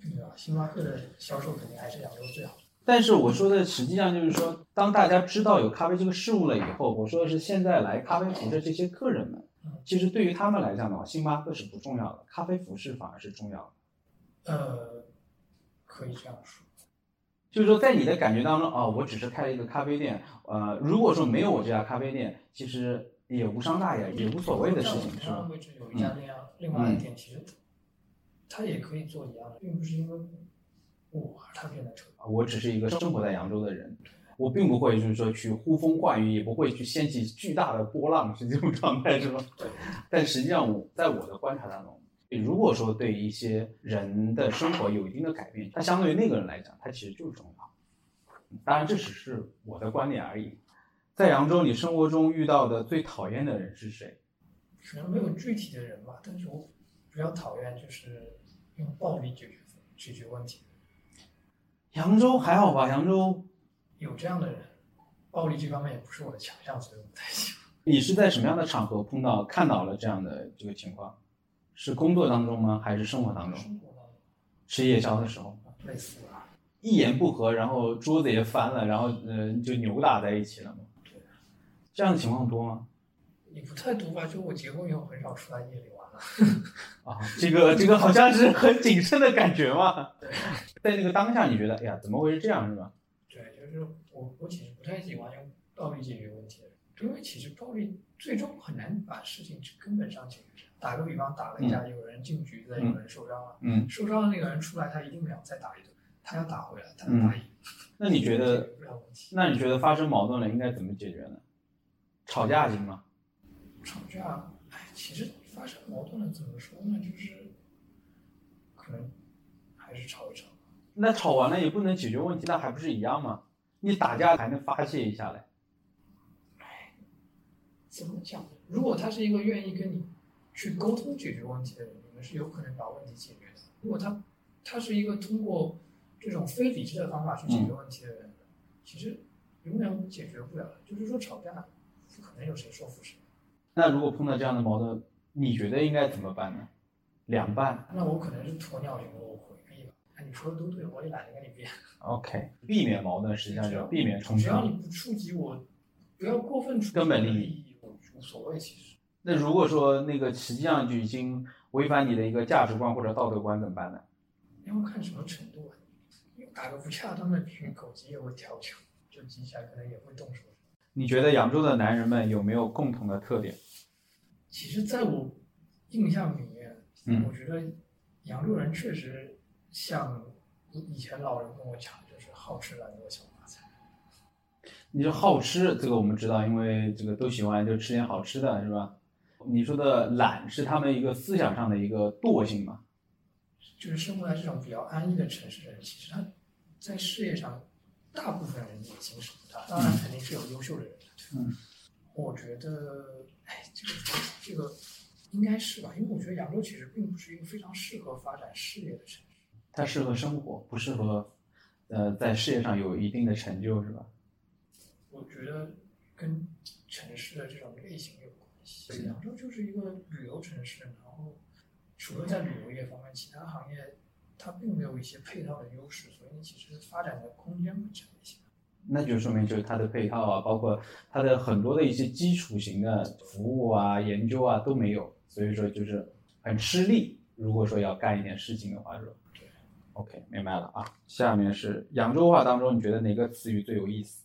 A: 对吧？星巴克的销售肯定还是扬州最好。
C: 但是我说的实际上就是说，当大家知道有咖啡这个事物了以后，我说的是现在来咖啡服的这些客人们，其实对于他们来讲的话，星巴克是不重要的，咖啡服饰反而是重要的。
A: 呃，可以这样说。
C: 就是说，在你的感觉当中，啊、我只是开了一个咖啡店，呃，如果说没有我这家咖啡店，其实也无伤大雅，也无所谓的事情，是
A: 像我们这样的
C: 吧？嗯
A: 位置有一家那样，另外一点其实他也可以做一样的，并不是因为我而他变得特别。
C: 我只是一个生活在扬州的人，我并不会就是说去呼风唤雨，也不会去掀起巨大的波浪，是这种状态，是吧？ 但实际上我，在我的观察当中，如果说对一些人的生活有一定的改变，它相对于那个人来讲，它其实就是重要。当然，这只是我的观点而已。在扬州，你生活中遇到的最讨厌的人是谁？
A: 可能没有具体的人吧，但是我比较讨厌就是用暴力解决解决问题，
C: 扬州还好吧？扬州，
A: 有这样的人，暴力这方面也不是我的强项，所以我不太喜欢。
C: 你是在什么样的场合碰到、看到了这样的这个情况？是工作当中吗？还是生活当中？
A: 生活呢，
C: 吃夜宵的时候，
A: 类似啊吧，
C: 一言不合，然后桌子也翻了，然后嗯、就扭打在一起了吗？这样的情况多吗？
A: 也不太多吧。就我结婚以后很少出来夜里玩了。
C: 啊，这个这个好像是很谨慎的感觉嘛。在那个当下，你觉得，哎呀，怎么会是这样，是吧？
A: 对，就是我我其实不太喜欢用暴力解决问题的人，因为其实暴力最终很难把事情去根本上解决掉。打个比方，打了一架，有人进局子，有人受伤了，
C: 嗯，
A: 受伤的那个人出来，他一定不想再打一顿，他要打回来，他要打赢。
C: 嗯那你觉
A: 解决
C: 得，
A: 不了问题？
C: 那你觉得发生矛盾了应该怎么解决呢？吵架行吗？
A: 吵架，哎，其实发生矛盾了，怎么说呢？就是可能还是吵一吵。
C: 那吵完了也不能解决问题，那还不是一样吗？你打架还能发泄一下嘞。
A: 怎么讲？如果他是一个愿意跟你去沟通解决问题的人，你们是有可能把问题解决的。如果他他是一个通过这种非理智的方法去解决问题的人，其实永远解决不了的。就是说吵架不可能有谁说服谁。
C: 那如果碰到这样的矛盾，你觉得应该怎么办呢？凉拌
A: 那我可能是鸵鸟型的，我毁灭吧。哎，你说的都对，我也懒得跟你辩。
C: ，OK，避免矛盾，实际上嗯就是避免冲
A: 只
C: 突。
A: 要你不触及我，不要过分触及
C: 根本
A: 我的
C: 利益
A: 益，我无所谓。其实
C: 那如果说那个实际上就已经违反你的一个价值观或者道德观怎么办呢？
A: 要看什么程度啊。你打个不恰当的比喻，狗急也会跳墙，就急起来可能也会动手。
C: 你觉得扬州的男人们有没有共同的特点？
A: 其实，在我印象里面，
C: 嗯
A: 我觉得扬州人确实像以前老人跟我讲，就是好吃懒做小发财。
C: 你就好吃，这个我们知道，因为这个都喜欢就吃点好吃的，是吧？你说的懒是他们一个思想上的一个惰性嘛？
A: 就是生活在这种比较安逸的城市的人，其实他在事业上，大部分人野心是不大，当然肯定是有优秀的人的。
C: 嗯，
A: 我觉得，哎，这个这个应该是吧，因为我觉得扬州其实并不是一个非常适合发展事业的城市。
C: 它适合生活，不适合，呃，在事业上有一定的成就，是吧？
A: 我觉得跟城市的这种类型有关系。扬州就是一个旅游城市，然后除了在旅游业方面，其他行业它并没有一些配套的优势，所以你其实发展的空间会窄一些。
C: 那就说明就是它的配套啊，包括它的很多的一些基础型的服务啊、研究啊都没有，所以说就是很吃力。如果说要干一点事情的话，说，OK，明白了啊。下面是扬州话当中，你觉得哪个词语最有意思？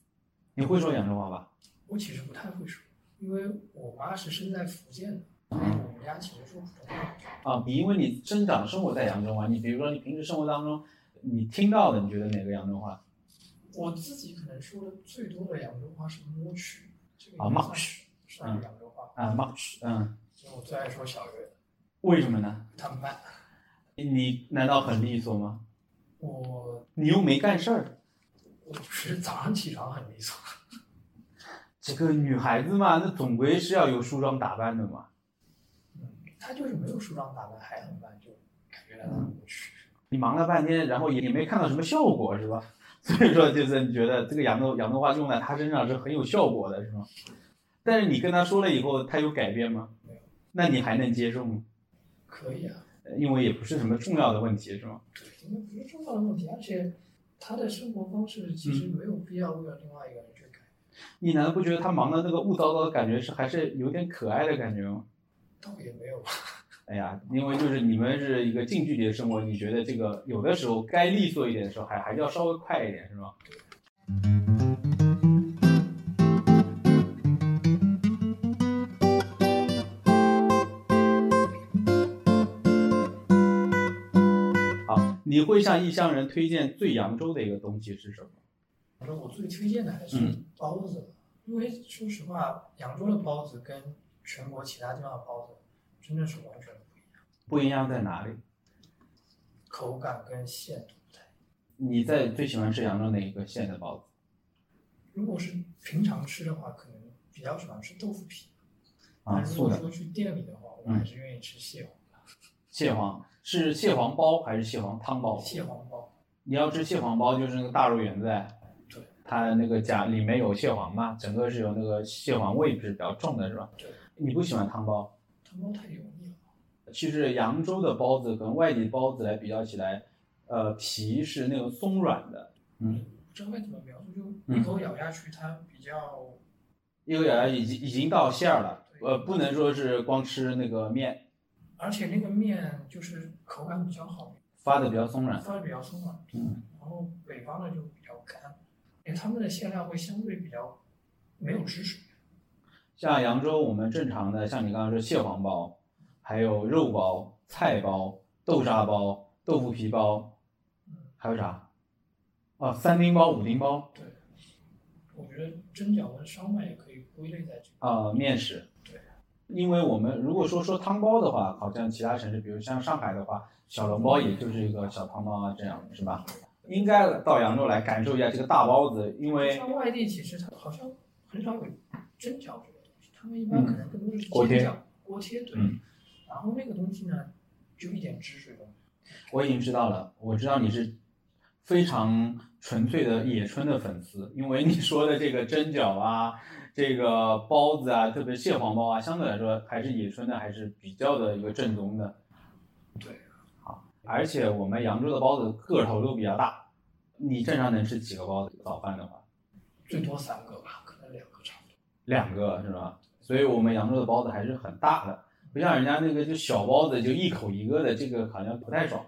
C: 你会说扬州话吧？
A: 我其实不太会说，因为我妈是生在福建的，我们家其实说普通话。
C: 啊，你因为你生长生活在扬州啊，你比如说你平时生活当中，你听到的，你觉得哪个扬州话？
A: 我自己可能说的最多的扬州话是摸曲，这个
C: 啊
A: 应该
C: 摸
A: 算是算是扬州话。
C: 啊，much，嗯，
A: 就我最爱说小月，
C: 为什么呢？
A: 他慢，
C: 你难道很利索吗？
A: 我
C: 你又没干事儿。
A: 我就是 早上起床很利索，
C: 这个女孩子嘛，那总归是要有梳妆打扮的嘛。
A: 她嗯就是没有梳妆打扮还很慢，就感觉到她很无趣。
C: 你忙了半天，然后也也没看到什么效果，是吧？ 所以说，就是你觉得这个扬州扬州话用在她身上是很有效果的，是吗？但是你跟她说了以后，她有改变吗
A: 没有？
C: 那你还能接受吗？
A: 可以啊，
C: 呃因为也不是什么重要的问题，是吗？
A: 对，因为不是重要的问题，而且她的生活方式其实没有必要为了另外一个人去改。
C: 你难道不觉得她忙的那个雾糟糟的感觉是还是有点可爱的感觉吗？
A: 倒也没有吧，
C: 哎呀，因为就是你们是一个近距离的生活，你觉得这个有的时候该利索一点的时候还还是要稍微快一点，是吗？好，你会向异乡人推荐最扬州的一个东西是什么？
A: 我说我最推荐的还是
C: 嗯
A: 包子，因为说实话，扬州的包子跟全国其他地方的包子真的是完全不一样，
C: 不一样在哪里？
A: 口感跟馅都不太一样。
C: 你在最喜欢吃扬州哪一个县的包子？
A: 如果是平常吃的话，可能比较喜欢吃豆腐皮。
C: 啊，
A: 但如
C: 素
A: 果
C: 的
A: 说去店里的话，我
C: 嗯
A: 还是愿意吃蟹黄、
C: 蟹黄是蟹黄包还是蟹黄汤包？
A: 蟹黄包。
C: 你要吃蟹黄包，就是那个大肉圆子，哎
A: 对，
C: 它那个夹里面有蟹黄嘛，整个是有那个蟹黄味是比较重的，是吧？
A: 对，
C: 你不喜欢汤包？
A: 汤包太油腻了。
C: 其实扬州的包子跟外地包子来比较起来，呃，皮是那种松软的，
A: 不知道该怎么描述，就
C: 嗯
A: 一口咬下去，它比较
C: 因为啊已经已经到馅儿了，
A: 对
C: 呃，不能说是光吃那个面
A: 而且那个面就是口感比较好，
C: 发的比较松软。
A: 发的比较松软。
C: 嗯，
A: 然后北方的就比较干，因为他们的馅料会相对比较没有汁水。
C: 像扬州，我们正常的，像你刚刚说蟹黄包，还有肉包、菜包、豆沙包、豆腐皮包，还有啥？哦，三丁包、五丁包
A: 我觉得蒸饺跟烧麦也可以归类在这个。
C: 啊、面食。
A: 对，
C: 因为我们如果说说汤包的话，好像其他城市，比如像上海的话，小笼包也就是一个小汤包啊，这样是吧？应该到扬州来感受一下这个大包子，因为
A: 像外地其实它好像很少有蒸饺这个东西，他们一般可能更多是
C: 锅贴
A: 煎饺、锅贴对。
C: 嗯
A: 然后那个东西呢，就一点汁水都没有。
C: 我已经知道了，我知道你是非常纯粹的野春的粉丝，因为你说的这个蒸饺啊，这个包子啊，特别蟹黄包啊，相对来说还是野春的，还是比较的一个正宗的。
A: 对，
C: 好，而且我们扬州的包子个头都比较大，你正常能吃几个包子？早饭的话，
A: 最多三个吧，可能两个差不多。
C: 两个是吧？所以我们扬州的包子还是很大的，不像人家那个就小包子就一口一个的，这个好像不太爽。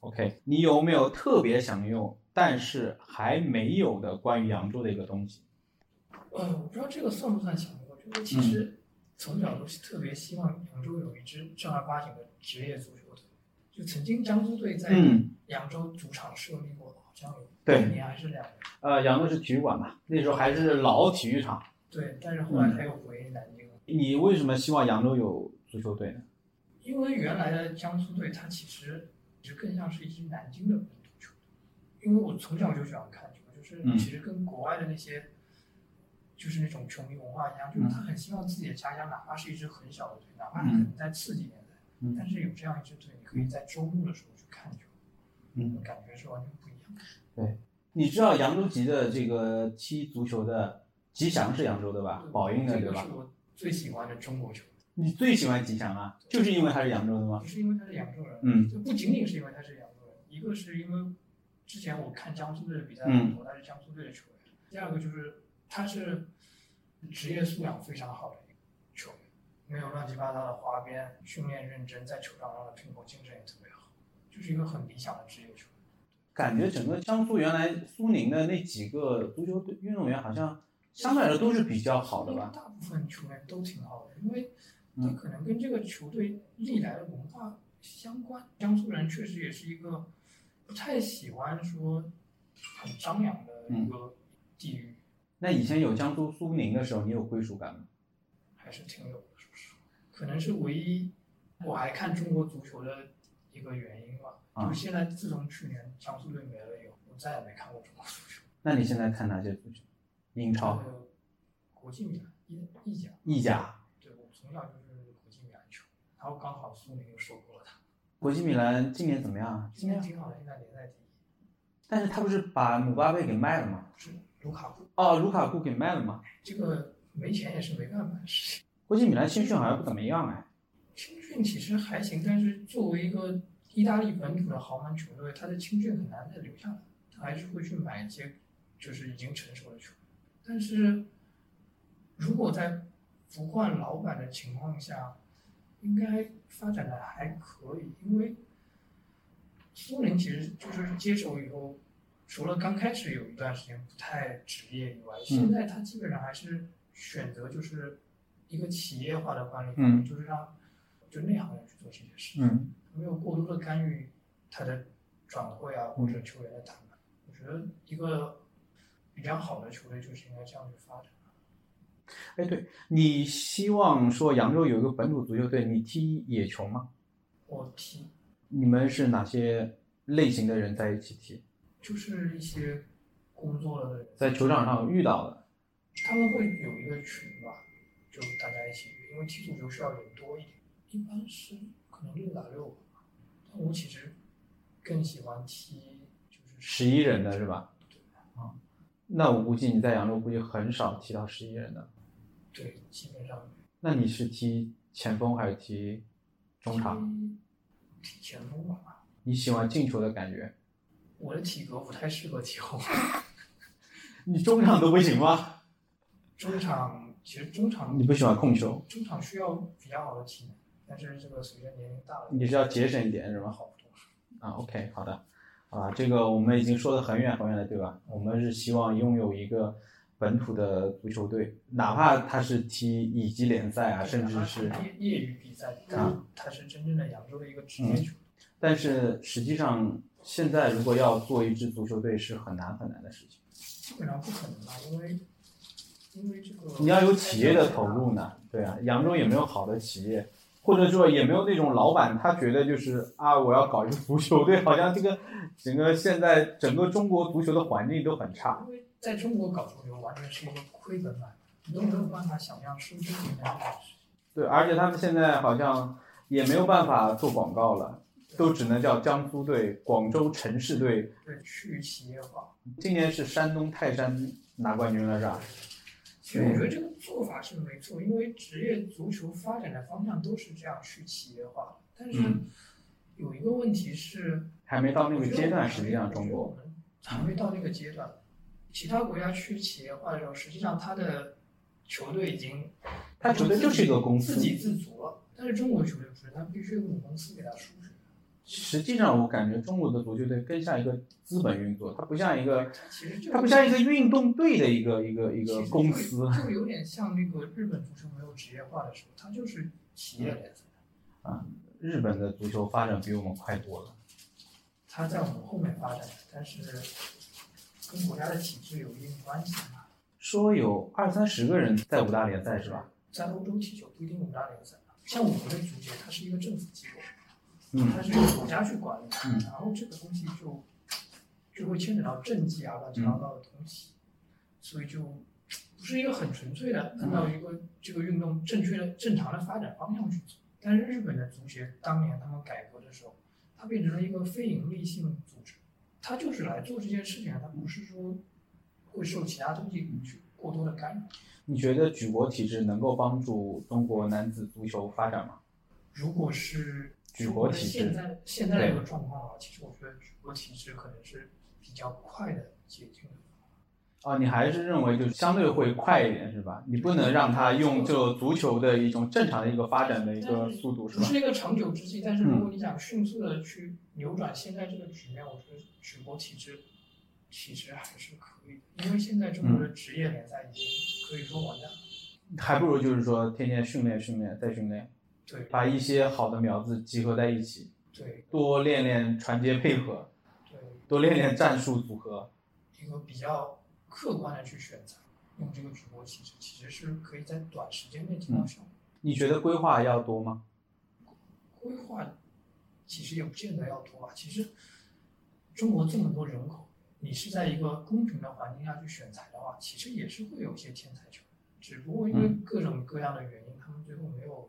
C: OK，你有没有特别想用但是还没有的关于扬州的一个东西？
A: 呃，我不知道这个算不算想过，就是其
C: 嗯
A: 实从小都是特别希望扬州有一支正儿八经的职业足球队。就曾经江苏队在
C: 嗯
A: 扬州主场设立过，好像有
C: 对
A: 一年还是两年。
C: 呃，扬州是体育馆嘛，那时候还是老体育场。
A: 对，但是后
C: 嗯
A: 来他又回南京了。
C: 你为什么希望扬州有足球队呢？
A: 因为原来的江苏队，它其实其实更像是一支南京的本土球队。因为我从小就喜欢看球，就是
C: 嗯
A: 其实跟国外的那些，就是那种球迷文化一样，就
C: 嗯
A: 是他很希望自己的家乡，哪怕是一支很小的队，哪怕可能在次级联赛，
C: 嗯
A: 但是有这样一支队，你可以在周末的时候去看球，
C: 嗯，
A: 感觉是完全不一样的。
C: 你知道扬州籍的这个踢足球的吉祥是扬州的吧？宝啊应的
A: 这
C: 对
A: 个
C: 吧
A: 是？我最喜欢的中国球队，
C: 你最喜欢吉祥啊？就是因为他是扬州的吗？
A: 不是因为他是扬州人，
C: 嗯
A: 就不仅仅是因为他是扬州人，一个是因为之前我看江苏队的比赛
C: 嗯
A: 很多，他是江苏队的球员，第二个就是他是职业素养非常好的一个球员，没有乱七八糟的花边，训练认真，在球场上的拼搏精神也特别好，就是一个很理想的职业球员。
C: 感觉整个江苏原来苏宁的那几个足球队运动员好像相对来说都是比较好的吧？嗯
A: 大部分球员都挺好的，因为他可能跟这个球队历来的文化相关。江苏人确实也是一个不太喜欢说很张扬的一
C: 嗯
A: 个地域，
C: 那以前有江苏苏宁的时候，你有归属感吗？
A: 还是挺有的，说实话，可能是唯一我还看中国足球的一个原因吧。
C: 啊
A: 就现在，自从去年江苏队没了以后，我再也没看过中国足球。
C: 那你现在看哪些足球？英超、
A: 呃，国际米兰、意意甲，
C: 意甲、
A: 对我从小就是国际米兰球，然后刚好苏宁又收购了他，
C: 国际米兰今年怎么样啊？
A: 今年挺好的，现在联赛第一。
C: 但是他不是把姆巴佩给卖了吗？
A: 不是卢卡库，
C: 哦，卢卡库给卖了吗？
A: 这个没钱也是没办法的事情。
C: 国际米兰青训好像不怎么样哎。
A: 青训其实还行，但是作为一个意大利本土的豪门球队，他的青训很难再留下来，他还是会去买一些就是已经成熟的球员。但是如果在不惯老板的情况下，应该发展的还可以，因为苏宁其实就是接手以后，除了刚开始有一段时间不太职业以外，现在他基本上还是选择就是一个企业化的管理方式，就是让就内行人去做这些事，
C: 嗯，
A: 没有过多的干预他的转会啊或
C: 嗯
A: 者球员的谈判。我觉得一个比较好的球队就是应该这样去发展。
C: 哎，对你希望说扬州有一个本土足球队，你踢野球吗？
A: 我踢
C: 你们是哪些类型的人在一起踢？
A: 就是一些工作的人，
C: 在球场上遇到的，
A: 他们会有一个群吧，就大家一起约，因为踢足球需要人多一点，一般是可能六打六吧。但我其实更喜欢踢就是
C: 十一人的是吧？啊
A: 对
C: 那我估计你在扬州估计很少踢到十一人的。
A: 对，基本上
C: 那你是踢前锋还是踢中场？
A: 踢踢前锋吧。
C: 你喜欢进球的感觉？
A: 我的体格不太适合踢后卫，
C: 你中场都不行吗？
A: 中场其实中场
C: 你不喜欢控球？
A: 中场需要比较好的体能，但是这个随着年龄大了，
C: 你是要节省一点是吧
A: 好不多。
C: 啊，OK，好的，啊，这个我们已经说的很远很远了，对吧？我们是希望拥有一个本土的足球队，哪怕他是踢乙级联赛啊，甚至是，啊
A: 业业余比赛，但它是真正的扬州的一个职
C: 嗯
A: 业球队。
C: 但是实际上现在如果要做一支足球队是很难很难的事情，
A: 基本上不可能吧，因为因为这个
C: 你要有企业的投入呢，对啊，扬州也没有好的企业。或者说也没有那种老板，他觉得就是啊，我要搞一个足球队，好像这个整个现在整个中国足球的环境都很差。
A: 因为在中国搞足球完全是一个亏本买卖，你都没有办法想象收支平衡这件事。
C: 对，而且他们现在好像也没有办法做广告了，都只能叫江苏队、广州城市队。
A: 对，去企业化。
C: 今年是山东泰山拿冠军了，是吧？
A: 其实我觉
C: 嗯
A: 得这个做法是没错，因为职业足球发展的方向都是这样去企业化的。但是
C: 嗯
A: 有一个问题是，
C: 还没到那个阶段，实际上中
A: 我
C: 国，
A: 们还没到那个阶段。其他国家去企业化的时候，实际上他的球队已经，
C: 他球队就是一个公司
A: 自给自足了。但是中国球队不是，他必须有母公司给他输血。
C: 实际上我感觉中国的足球队更像一个资本运作，它不像一个，
A: 其实就
C: 它不像一个运动队的一个一个一个公 司
A: 就有点像那个日本足球没有职业化的时候，它就是企业联赛，
C: 啊。日本的足球发展比我们快多了，
A: 它在我们后面发展，但是跟国家的体制有一定关系嘛。
C: 说有二三十个人在五大联赛是吧？
A: 在欧洲踢球不一定五大联赛，像我们的足协，它是一个政府机构，
C: 嗯
A: 它是由国家去管理，
C: 嗯
A: 然后这个东西就就会牵扯到政绩啊乱七
C: 嗯
A: 八糟的东西，所以就不是一个很纯粹的按照一个这个运动正确的正常的发展方向去走。但是日本的足协当年他们改革的时候，它变成了一个非盈利性组织，它就是来做这件事情的，它不是说会受其他东西去过多的干扰。
C: 你觉得举国体制能够帮助中国男子足球发展吗？
A: 如果是
C: 举国体制
A: 现在现在这个状况啊，其实我觉得举国体制可能是比较快的解决的。
C: 啊，你还是认为就相对会快一点是吧？你不能让它用就足球的一种正常的一个发展的一个速度是
A: 不
C: 吧？嗯
A: 是一个长久之计，但是如果你想迅速的去扭转现在这个局面，我觉得举国体制其实还是可以的，因为现在中国的
C: 嗯
A: 职业联赛已经可以说完蛋了。
C: 还不如就是说天天训练训练再训练，
A: 对
C: 把一些好的苗子集合在一起，
A: 对
C: 多练练传接配合，
A: 对，
C: 多练练战术组合。
A: 一个比较客观的去选择，用这个举国体制其实是可以在短时间内见
C: 嗯
A: 到效果。
C: 你觉得规划要多吗？
A: 规划其实也不见得要多吧。其实中国这么多人口，你是在一个公平的环境下去选材的话，其实也是会有一些天才球员，只不过因为
C: 嗯
A: 各种各样的原因，他们最后没有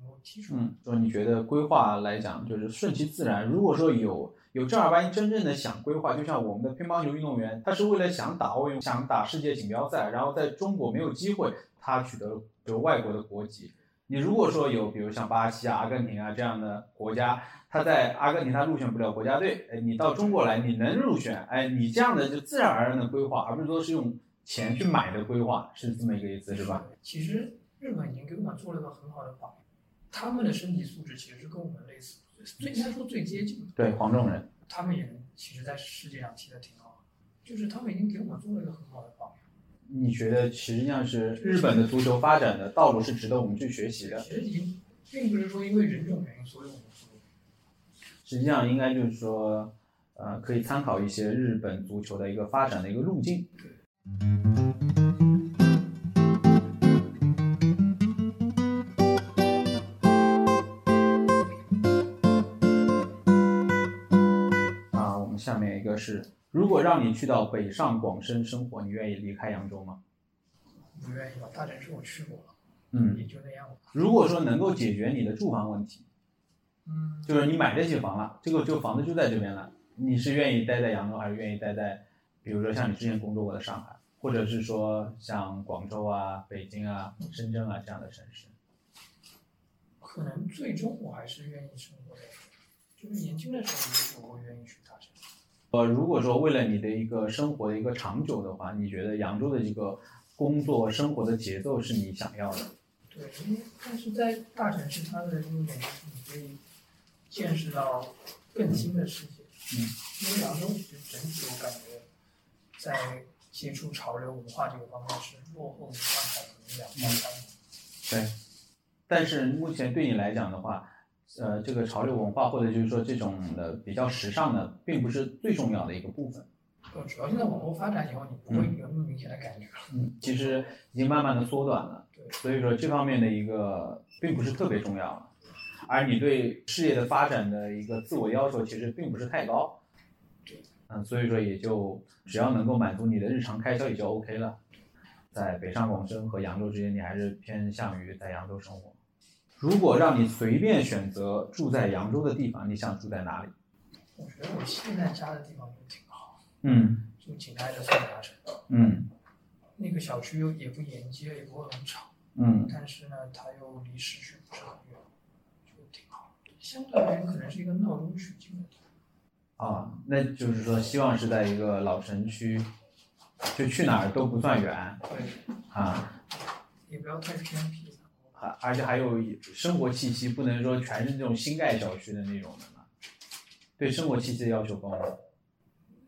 A: 能够踢出来。
C: 嗯，说你觉得规划来讲就是顺其自然。如果说有有正儿八经真正的想规划，就像我们的乒乓球运动员，他是为了想打奥运、想打世界锦标赛，然后在中国没有机会，他取得了比如外国的国籍。你如果说有比如像巴西啊、阿根廷啊这样的国家，他在阿根廷他入选不了国家队，哎，你到中国来你能入选，哎，你这样的就自然而然的规划，而不是说是用钱去买的规划，是这么一个意思是吧？？
A: 其实日本已经给我们做了一个很好的榜样，他们的身体素质其实是跟我们类似，最应该说最接近的。
C: 对，黄种人。
A: 他们也能其实在世界上踢得挺好，就是他们已经给我们做了一个很好的榜样。
C: 你觉得实际上是日本的足球发展的道路是值得我们去学习的？
A: 其实已经并不是说因为人种原因，所以我们输。
C: 实际上应该就是说，呃，可以参考一些日本足球的一个发展的一个路径。啊，我们下面一个是，如果让你去到北上广深生活，你愿意离开扬州吗？
A: 不愿意吧？大城市我去过了，
C: 嗯，
A: 也就那样吧。
C: 如果说能够解决你的住房问题，
A: 嗯，
C: 就是你买得起房了，这个就房子就在这边了，你是愿意待在扬州，还是愿意待在，比如说像你之前工作过的上海，或者是说像广州啊、北京啊、深圳啊这样的城市？
A: 可能最终我还是愿意生活在，就是年轻的时候，我会愿意去大城市。
C: 呃，如果说为了你的一个生活的一个长久的话，你觉得扬州的这个工作生活的节奏是你想要的？
A: 对，因为但是在大城市，它的优点就是你可以见识到更新的世界。
C: 嗯，
A: 因为扬州其实整体我感觉在接触潮流文化这个方面是落后于上海可能
C: 嗯
A: 两到三年。
C: 但是目前对你来讲的话，呃，这个潮流文化或者就是说这种的比较时尚的，并不是最重要的一个部分。
A: 呃，主要现在网络发展以后，你不会有那么明显的感觉了。
C: 嗯，其实已经慢慢的缩短了，
A: 对
C: 所以说这方面的一个并不是特别重要了，而你对事业的发展的一个自我要求其实并不是太高
A: 对，
C: 嗯，所以说也就只要能够满足你的日常开销也就 OK 了。在北上广深和扬州之间，你还是偏向于在扬州生活。如果让你随便选择住在扬州的地方，你想住在哪里？
A: 我觉得我现在家的地方就挺好，
C: 嗯
A: 就紧挨着三峡城，
C: 嗯
A: 那个小区又也不沿街，也不会很吵，
C: 嗯
A: 但是呢，它又离市区不是很远，就挺好。相对而言，可能是一个闹中取静的地方。
C: 啊，那就是说希望是在一个老城区，就去哪儿都不算远。
A: 对，
C: 啊，
A: 也不要太偏僻了。
C: 还而且还有生活气息，不能说全是那种新盖小区的那种的嘛。对生活气息的要求高吗？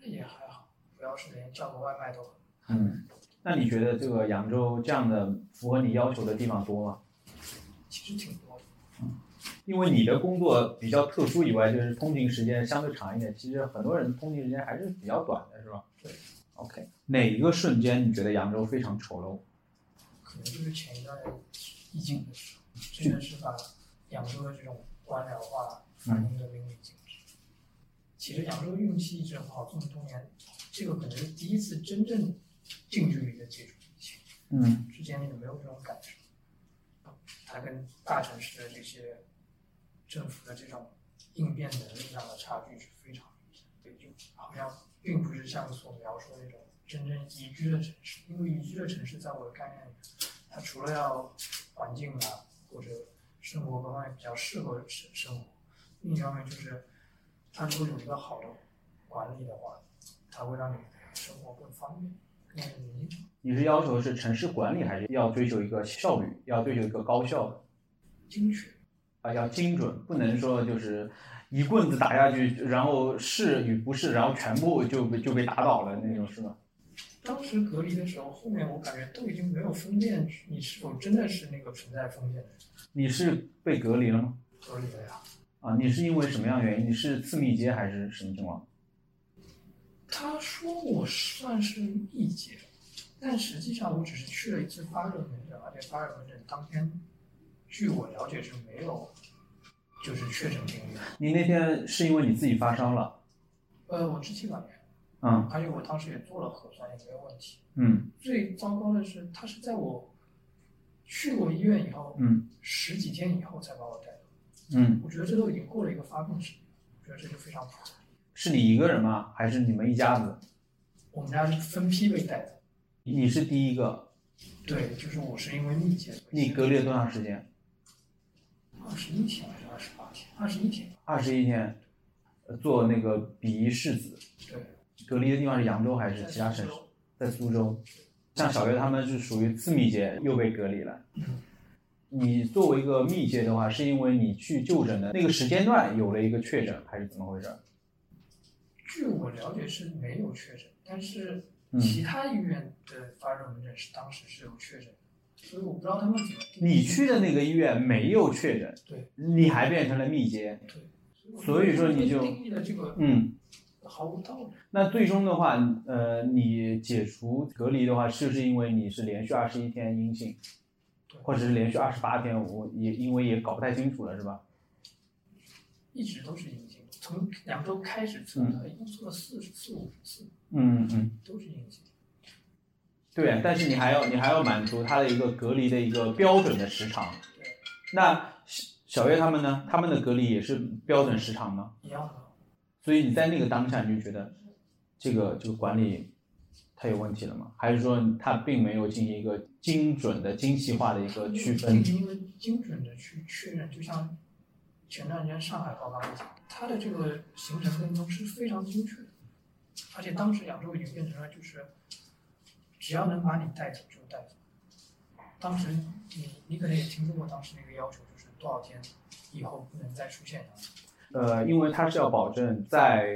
A: 那也还好，主要是连叫个外卖都很
C: 嗯，那你觉得这个扬州这样的符合你要求的地方多吗？
A: 其实挺多的。
C: 因为你的工作比较特殊以外，就是通勤时间相对长一点。其实很多人通勤时间还是比较短的，是吧？
A: 对。
C: OK，哪一个瞬间你觉得扬州非常丑陋？
A: 可能就是前一段疫情的时候，真的是把扬州的这种官僚化反映的淋漓尽致。其实扬州运气一直很好，这么多年，这个可能是第一次真正近距离的接触疫情，
C: 嗯，
A: 之前也没有这种感受。它跟大城市的这些政府的这种应变能力上的差距是非常明显的，也就好像并不是像所描述的那种真正宜居的城市，因为宜居的城市在我的概念里，它除了要环境啊或者生活方面比较适合生生活，另一方面就是它如果有一个好的管理的话，它会让你生活更方便。嗯，
C: 你是要求是城市管理，还是要追求一个效率，要追求一个高效的
A: 精确，
C: 啊？要精准，不能说就是一棍子打下去，然后是与不是，然后全部就被就被打倒了那种，是吗？
A: 当时隔离的时候，后面我感觉都已经没有分辨你是否真的是那个存在风险的
C: 你是被隔离了吗？
A: 隔离的呀。
C: 啊，你是因为什么样的原因？你是次密接还是什么情况？
A: 他说我算是密接，但实际上我只是去了一次发热门诊，而且发热门诊当天，据我了解是没有，就是确诊病例的。
C: 你那天是因为你自己发烧了？
A: 呃，我支气管炎，
C: 嗯
A: 而且我当时也做了核酸，也没有问题。
C: 嗯
A: 最糟糕的是，他是在我去过医院以后，
C: 嗯，
A: 十几天以后才把我带走。
C: 嗯，
A: 我觉得这都已经过了一个发病时间，我觉得这就非常不好。
C: 是你一个人吗？还是你们一家子？
A: 我们家是分批被带走，
C: 你是第一个，
A: 对，就是我是因为密切，
C: 你隔离了多长时间？
A: 二十一天还是二十八天？二十一天，
C: 二十一天，呃做那个比夷试子。
A: 对，
C: 隔离的地方是扬州还是其他城市？在苏州。像小月他们是属于次密接，又被隔离了。
A: 嗯
C: 你作为一个密接的话，是因为你去就诊的那个时间段有了一个确诊，还是怎么回事？
A: 据我了解是没有确诊，但是
C: 嗯
A: 其他医院的发热门诊是当时是有确诊的，所以我不知道他们怎么定义
C: 你去的那个医院没有确诊，
A: 对，
C: 你还变成了密接，
A: 对，
C: 所以说你就
A: 定义的这个
C: 嗯，
A: 毫无道理。
C: 那最终的话，呃，你解除隔离的话，是不是因为你是连续二十一天阴性，或者是连续二十八天？我也因为也搞不太清楚了，是吧？
A: 一直都是阴性，从两周开始测的，一共测了四四五十次，
C: 嗯嗯，
A: 都是阴性。
C: 对。啊但是你还要你还要满足他的一个隔离的一个标准的时长。
A: 对。
C: 那小小月他们呢？他们的隔离也是标准时长吗？
A: 一样的，
C: 所以你在那个当下，你就觉得这个这个管理它有问题了吗？还是说它并没有进行一个精准的精细化的一个区分？
A: 因为精准的去确认，就像前段时间上海爆发疫情，它的这个行程跟踪是非常精确的，而且当时扬州已经变成了就是，只要能把你带走就带走。当时你你可能也听说过当时那个要求，就是多少天以后不能再出现阳性。
C: 呃，因为它是要保证在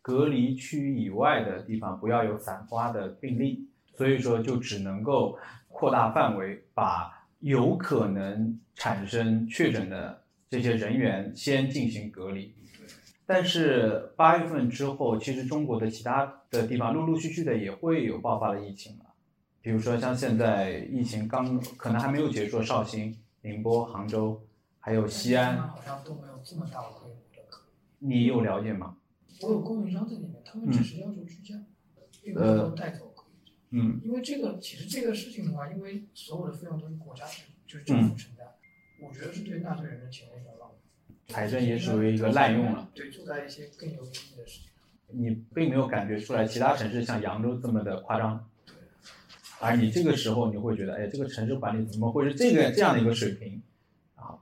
C: 隔离区以外的地方不要有散花的病例，所以说就只能够扩大范围，把有可能产生确诊的这些人员先进行隔离。但是八月份之后，其实中国的其他的地方陆陆续续的也会有爆发的疫情了，比如说像现在疫情刚可能还没有结束，的绍兴、宁波、杭州，还有西安，
A: 好像都没有这么大规模的可能。
C: 你有了解吗？
A: 我有供应商在里面，他们只是要求居家，并不
C: 呃
A: 是说带走可以。
C: 嗯，
A: 因为这个其实这个事情的话，因为所有的费用都是国家承，就是政
C: 嗯
A: 府承担，我觉得是对纳税人的钱的一种浪费。
C: 财政也属于一个滥用了，
A: 对，做在一些更有意义的事情。
C: 你并没有感觉出来其他城市像扬州这么的夸张，而你这个时候你会觉得，哎，这个城市管理怎么会是这个这样的一个水平？啊，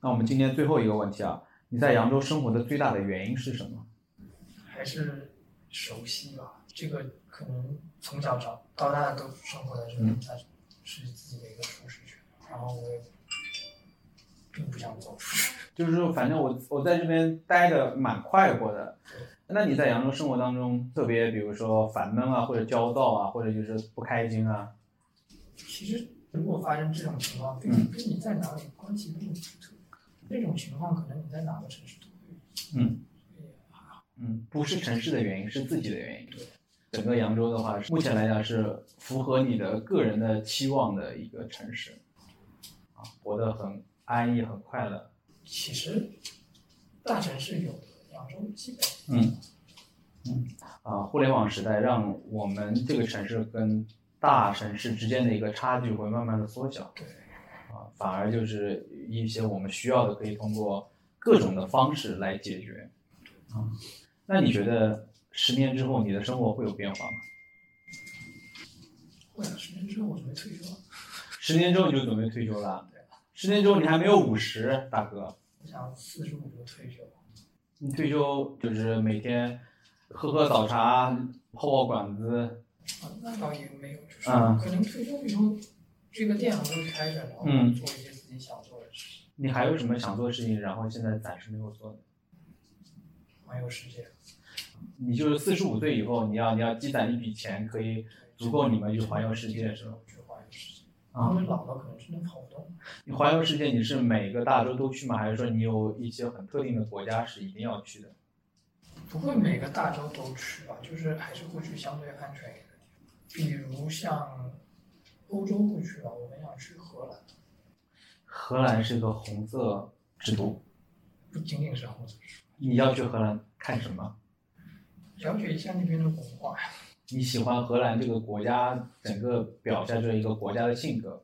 C: 那我们今天最后一个问题啊，你在扬州生活的最大的原因是什么？
A: 还是熟悉吧，这个可能从小长到大都生活在这
C: 嗯
A: 里，它是自己的一个舒适圈，然后我也并不想走出去。
C: 就是说，反正我我在这边待的蛮快活的。那你在扬州生活当中，特别比如说烦闷啊，或者焦躁啊，或者就是不开心啊，
A: 其实如果发生这种情况，
C: 嗯
A: 并跟你在哪里关系并不是特别大，这种情况可能你在哪个城市都会有。
C: 嗯
A: 所以
C: 嗯，不是城市的原因，是自己的原因
A: 对。
C: 整个扬州的话，目前来讲是符合你的个人的期望的一个城市，啊，活得很安逸，很快乐。
A: 其实大城市有的，扬州基本
C: 嗯啊，互联网时代让我们这个城市跟大城市之间的一个差距会慢慢的缩小，
A: 对
C: 啊，反而就是一些我们需要的可以通过各种的方式来解决，啊，那你觉得十年之后你的生活会有变化吗？
A: 过两十年之后我准备退休了，
C: 十年之后你就准备退休了？十年之后你还没有五十，大哥，
A: 我想四十五就退休。
C: 你退休就是每天喝喝早茶，泡泡馆子，
A: 啊，那倒也没有，就是
C: 嗯
A: 可能最终为什么这个店还会开着，然后
C: 嗯
A: 做一些自己想做的事情，
C: 你还有什么想做的事情，然后现在暂时没有做的？
A: 环游世界，
C: 你就是四十五岁以后，你要你要积攒一笔钱，可以足够你们去环游世界是吧？
A: 去环游世界，然
C: 啊
A: 后老了可能真的跑不动，
C: 你环游世界，你是每个大洲都去吗？还是说你有一些很特定的国家是一定要去的？
A: 不会每个大洲都去吧，就是还是会去相对安全一点的地方，比如像欧洲会去吧，我们想去荷兰，
C: 荷兰是个红色之都，
A: 不仅仅是红色区，
C: 你要去荷兰看什么？
A: 了解一下那边的文化呀，
C: 你喜欢荷兰这个国家整个表现着一个国家的性格。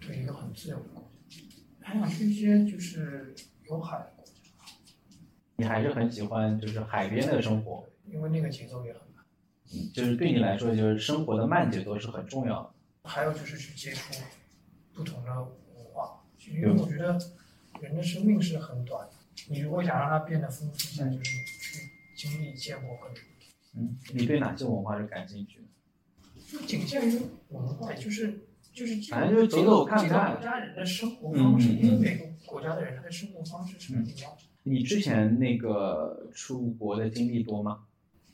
A: 对一个很自由的国家，还想去一些就是有海的国家，
C: 你还是很喜欢就是海边的生活，
A: 因为那个节奏也很慢。
C: 就是对你来说就是生活的慢节奏是很重要的。
A: 还有就是去接触不同的文化，因为我觉得人的生命是很短的，你如果想让它变得丰富起来，就是你去经历、见过更多。
C: 嗯，你对哪些文化是感兴趣的？
A: 就仅限于文化，也就是就是这
C: 反正就是走走看看
A: 几个国家人的生活方式，
C: 嗯嗯嗯
A: 因为每个国家的人他的生活方式是不一样的，
C: 你之前那个出国的经历多吗？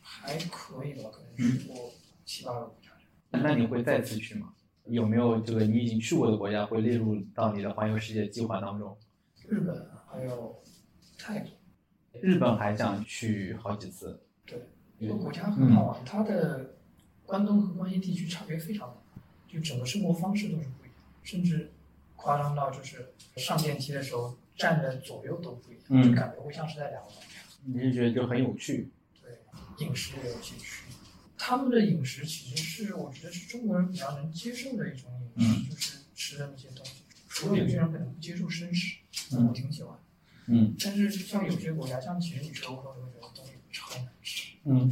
A: 还可以吧，可能
C: 嗯
A: 去过七八个国家。
C: 那你会再次去吗？有没有这个你已经去过的国家会列入到你的环游世界计划当中？
A: 日本还有泰国，
C: 日本还想去好几次。
A: 对，这个
C: 嗯
A: 国家很好玩，它的关东和关西地区差别非常大，就整个生活方式都是不一样，甚至夸张到就是上电梯的时候站的左右都不一样，
C: 嗯
A: 就感觉不像是在两个国家。
C: 你是觉得就很有趣？
A: 对，饮食也有些区别，他们的饮食其实是我觉得是中国人比较能接受的一种饮
C: 嗯
A: 食，就是吃的那些东西。除了有些人可能不接受生食，
C: 嗯
A: 我挺喜欢。
C: 嗯
A: 但是像有些国家，像其实你去欧洲，你会觉得东西超难吃。
C: 嗯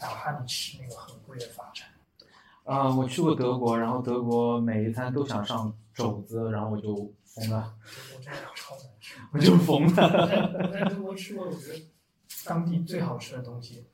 A: 哪怕你吃那个很贵的法餐，
C: 啊、我去过德国，然后德国每一餐都想上肘子，然后我就疯了，
A: 我真的超难吃。
C: 我就疯了。
A: 我在我在德国吃过，我觉得当地最好吃的东西，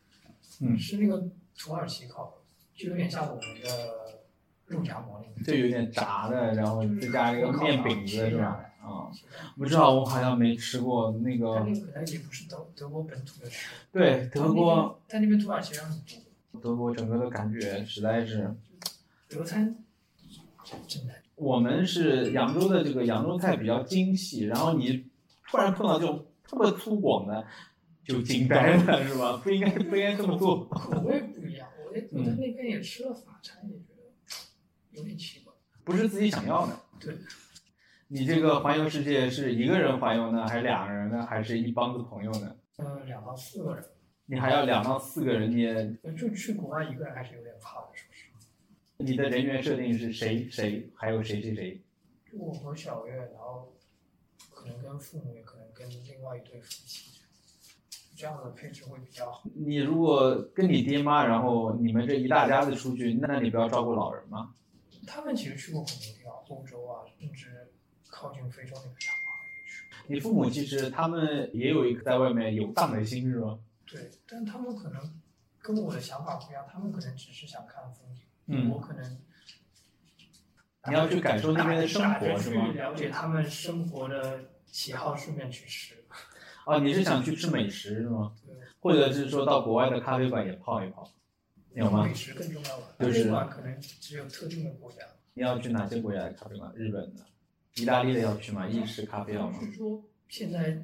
C: 嗯
A: 是那个土耳其烤肉，就有点像我们的肉夹馍那
C: 就有点炸的，然后再加一个面饼子是吧？啊、
A: 个。
C: 不知道，我好像没吃过那
A: 但
C: 个
A: 那。个可能也不是德德国本土的吃，
C: 对，德国，
A: 在那边土耳其人很多，
C: 德国整个的感觉实在是，
A: 德餐真的
C: 我们是扬州的这个扬州菜比较精细，然后你突然碰到这种特别粗犷的，就惊呆了是吧？不应该不应该这么做。
A: 口味不一样。我在
C: 嗯
A: 我在那边也吃了法餐，也觉得有点奇怪。
C: 不是自己想要的。
A: 对，
C: 你这个环游世界是一个人环游呢，还是两个人呢，还是一帮子朋友呢？
A: 呃，两到四个人。呃
C: 你还要两到四个人，你
A: 就去国外一个人还是有点怕的，说实话。
C: 你的人员设定是谁谁，还有谁谁谁？
A: 就我和小月，然后可能跟父母，也可能跟另外一对夫妻，这样的配置会比较好。
C: 你如果跟你爹妈，然后你们这一大家子出去，那你不要照顾老人吗？
A: 他们其实去过很多地方，欧洲啊，甚至靠近非洲那个沙漠也去过。
C: 你父母其实他们也有一个在外面游荡的心是吧？
A: 对，但他们可能跟我的想法不一样，他们可能只是想看风景，
C: 嗯
A: 我可能
C: 你要去感受那边的生
A: 打
C: 活
A: 着
C: 是
A: 去
C: 吗？
A: 了解他们生活的喜好，顺便去吃。
C: 哦，你是想去吃美食是吗？
A: 对，
C: 或者是说到国外的咖啡馆也泡一泡，有吗？
A: 美食更重要吧？
C: 就是
A: 那可能只有特定的国家。
C: 你要去哪些国家的咖啡馆？日本的、意大利的要去吗？意式咖啡要吗？
A: 据啊说现在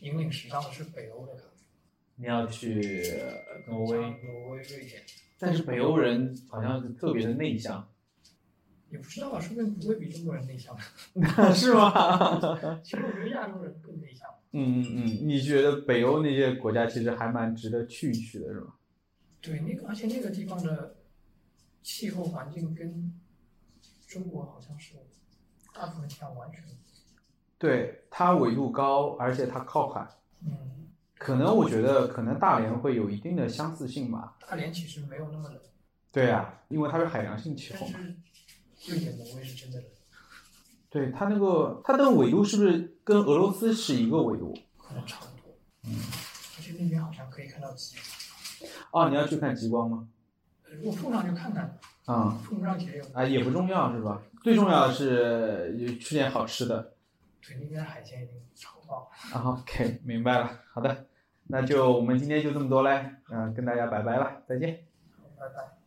A: 引领时尚的是北欧的咖啡，
C: 你要去呃挪威，
A: 像挪威、瑞典，
C: 但是北欧人好像是特别的内向，
A: 也不知道啊，说不定不会比中国人内向。
C: 是 吗？
A: 其实我觉得亚洲人更内向，
C: 嗯嗯嗯嗯，你觉得北欧那些国家其实还蛮值得去一去的，是吗？
A: 对那个，而且那个地方的气候环境跟中国好像是大部分地方完全不一
C: 对，它纬度高，而且它靠海，
A: 样。嗯，
C: 可能我觉得可能大连会有一定的相似性吧。
A: 大连其实没有那么冷，
C: 对啊，因为它是海洋性气
A: 但
C: 候嘛。
A: 是瑞典、挪威是真的冷，
C: 对它那个它的纬度是不是跟俄罗斯是一个纬度？
A: 可能差不多。嗯，而且那边好像可以看到极光。呃
C: 哦，你要去看极光吗？
A: 如果碰上就看看，
C: 啊
A: 碰不上也有。
C: 啊，也不重要是吧？最重要的是有吃点好吃的。
A: 对，那边海鲜已经超爆。
C: 啊 OK，明白了。好的，那就我们今天就这么多嘞。嗯、跟大家拜拜了，再见。
A: 拜拜。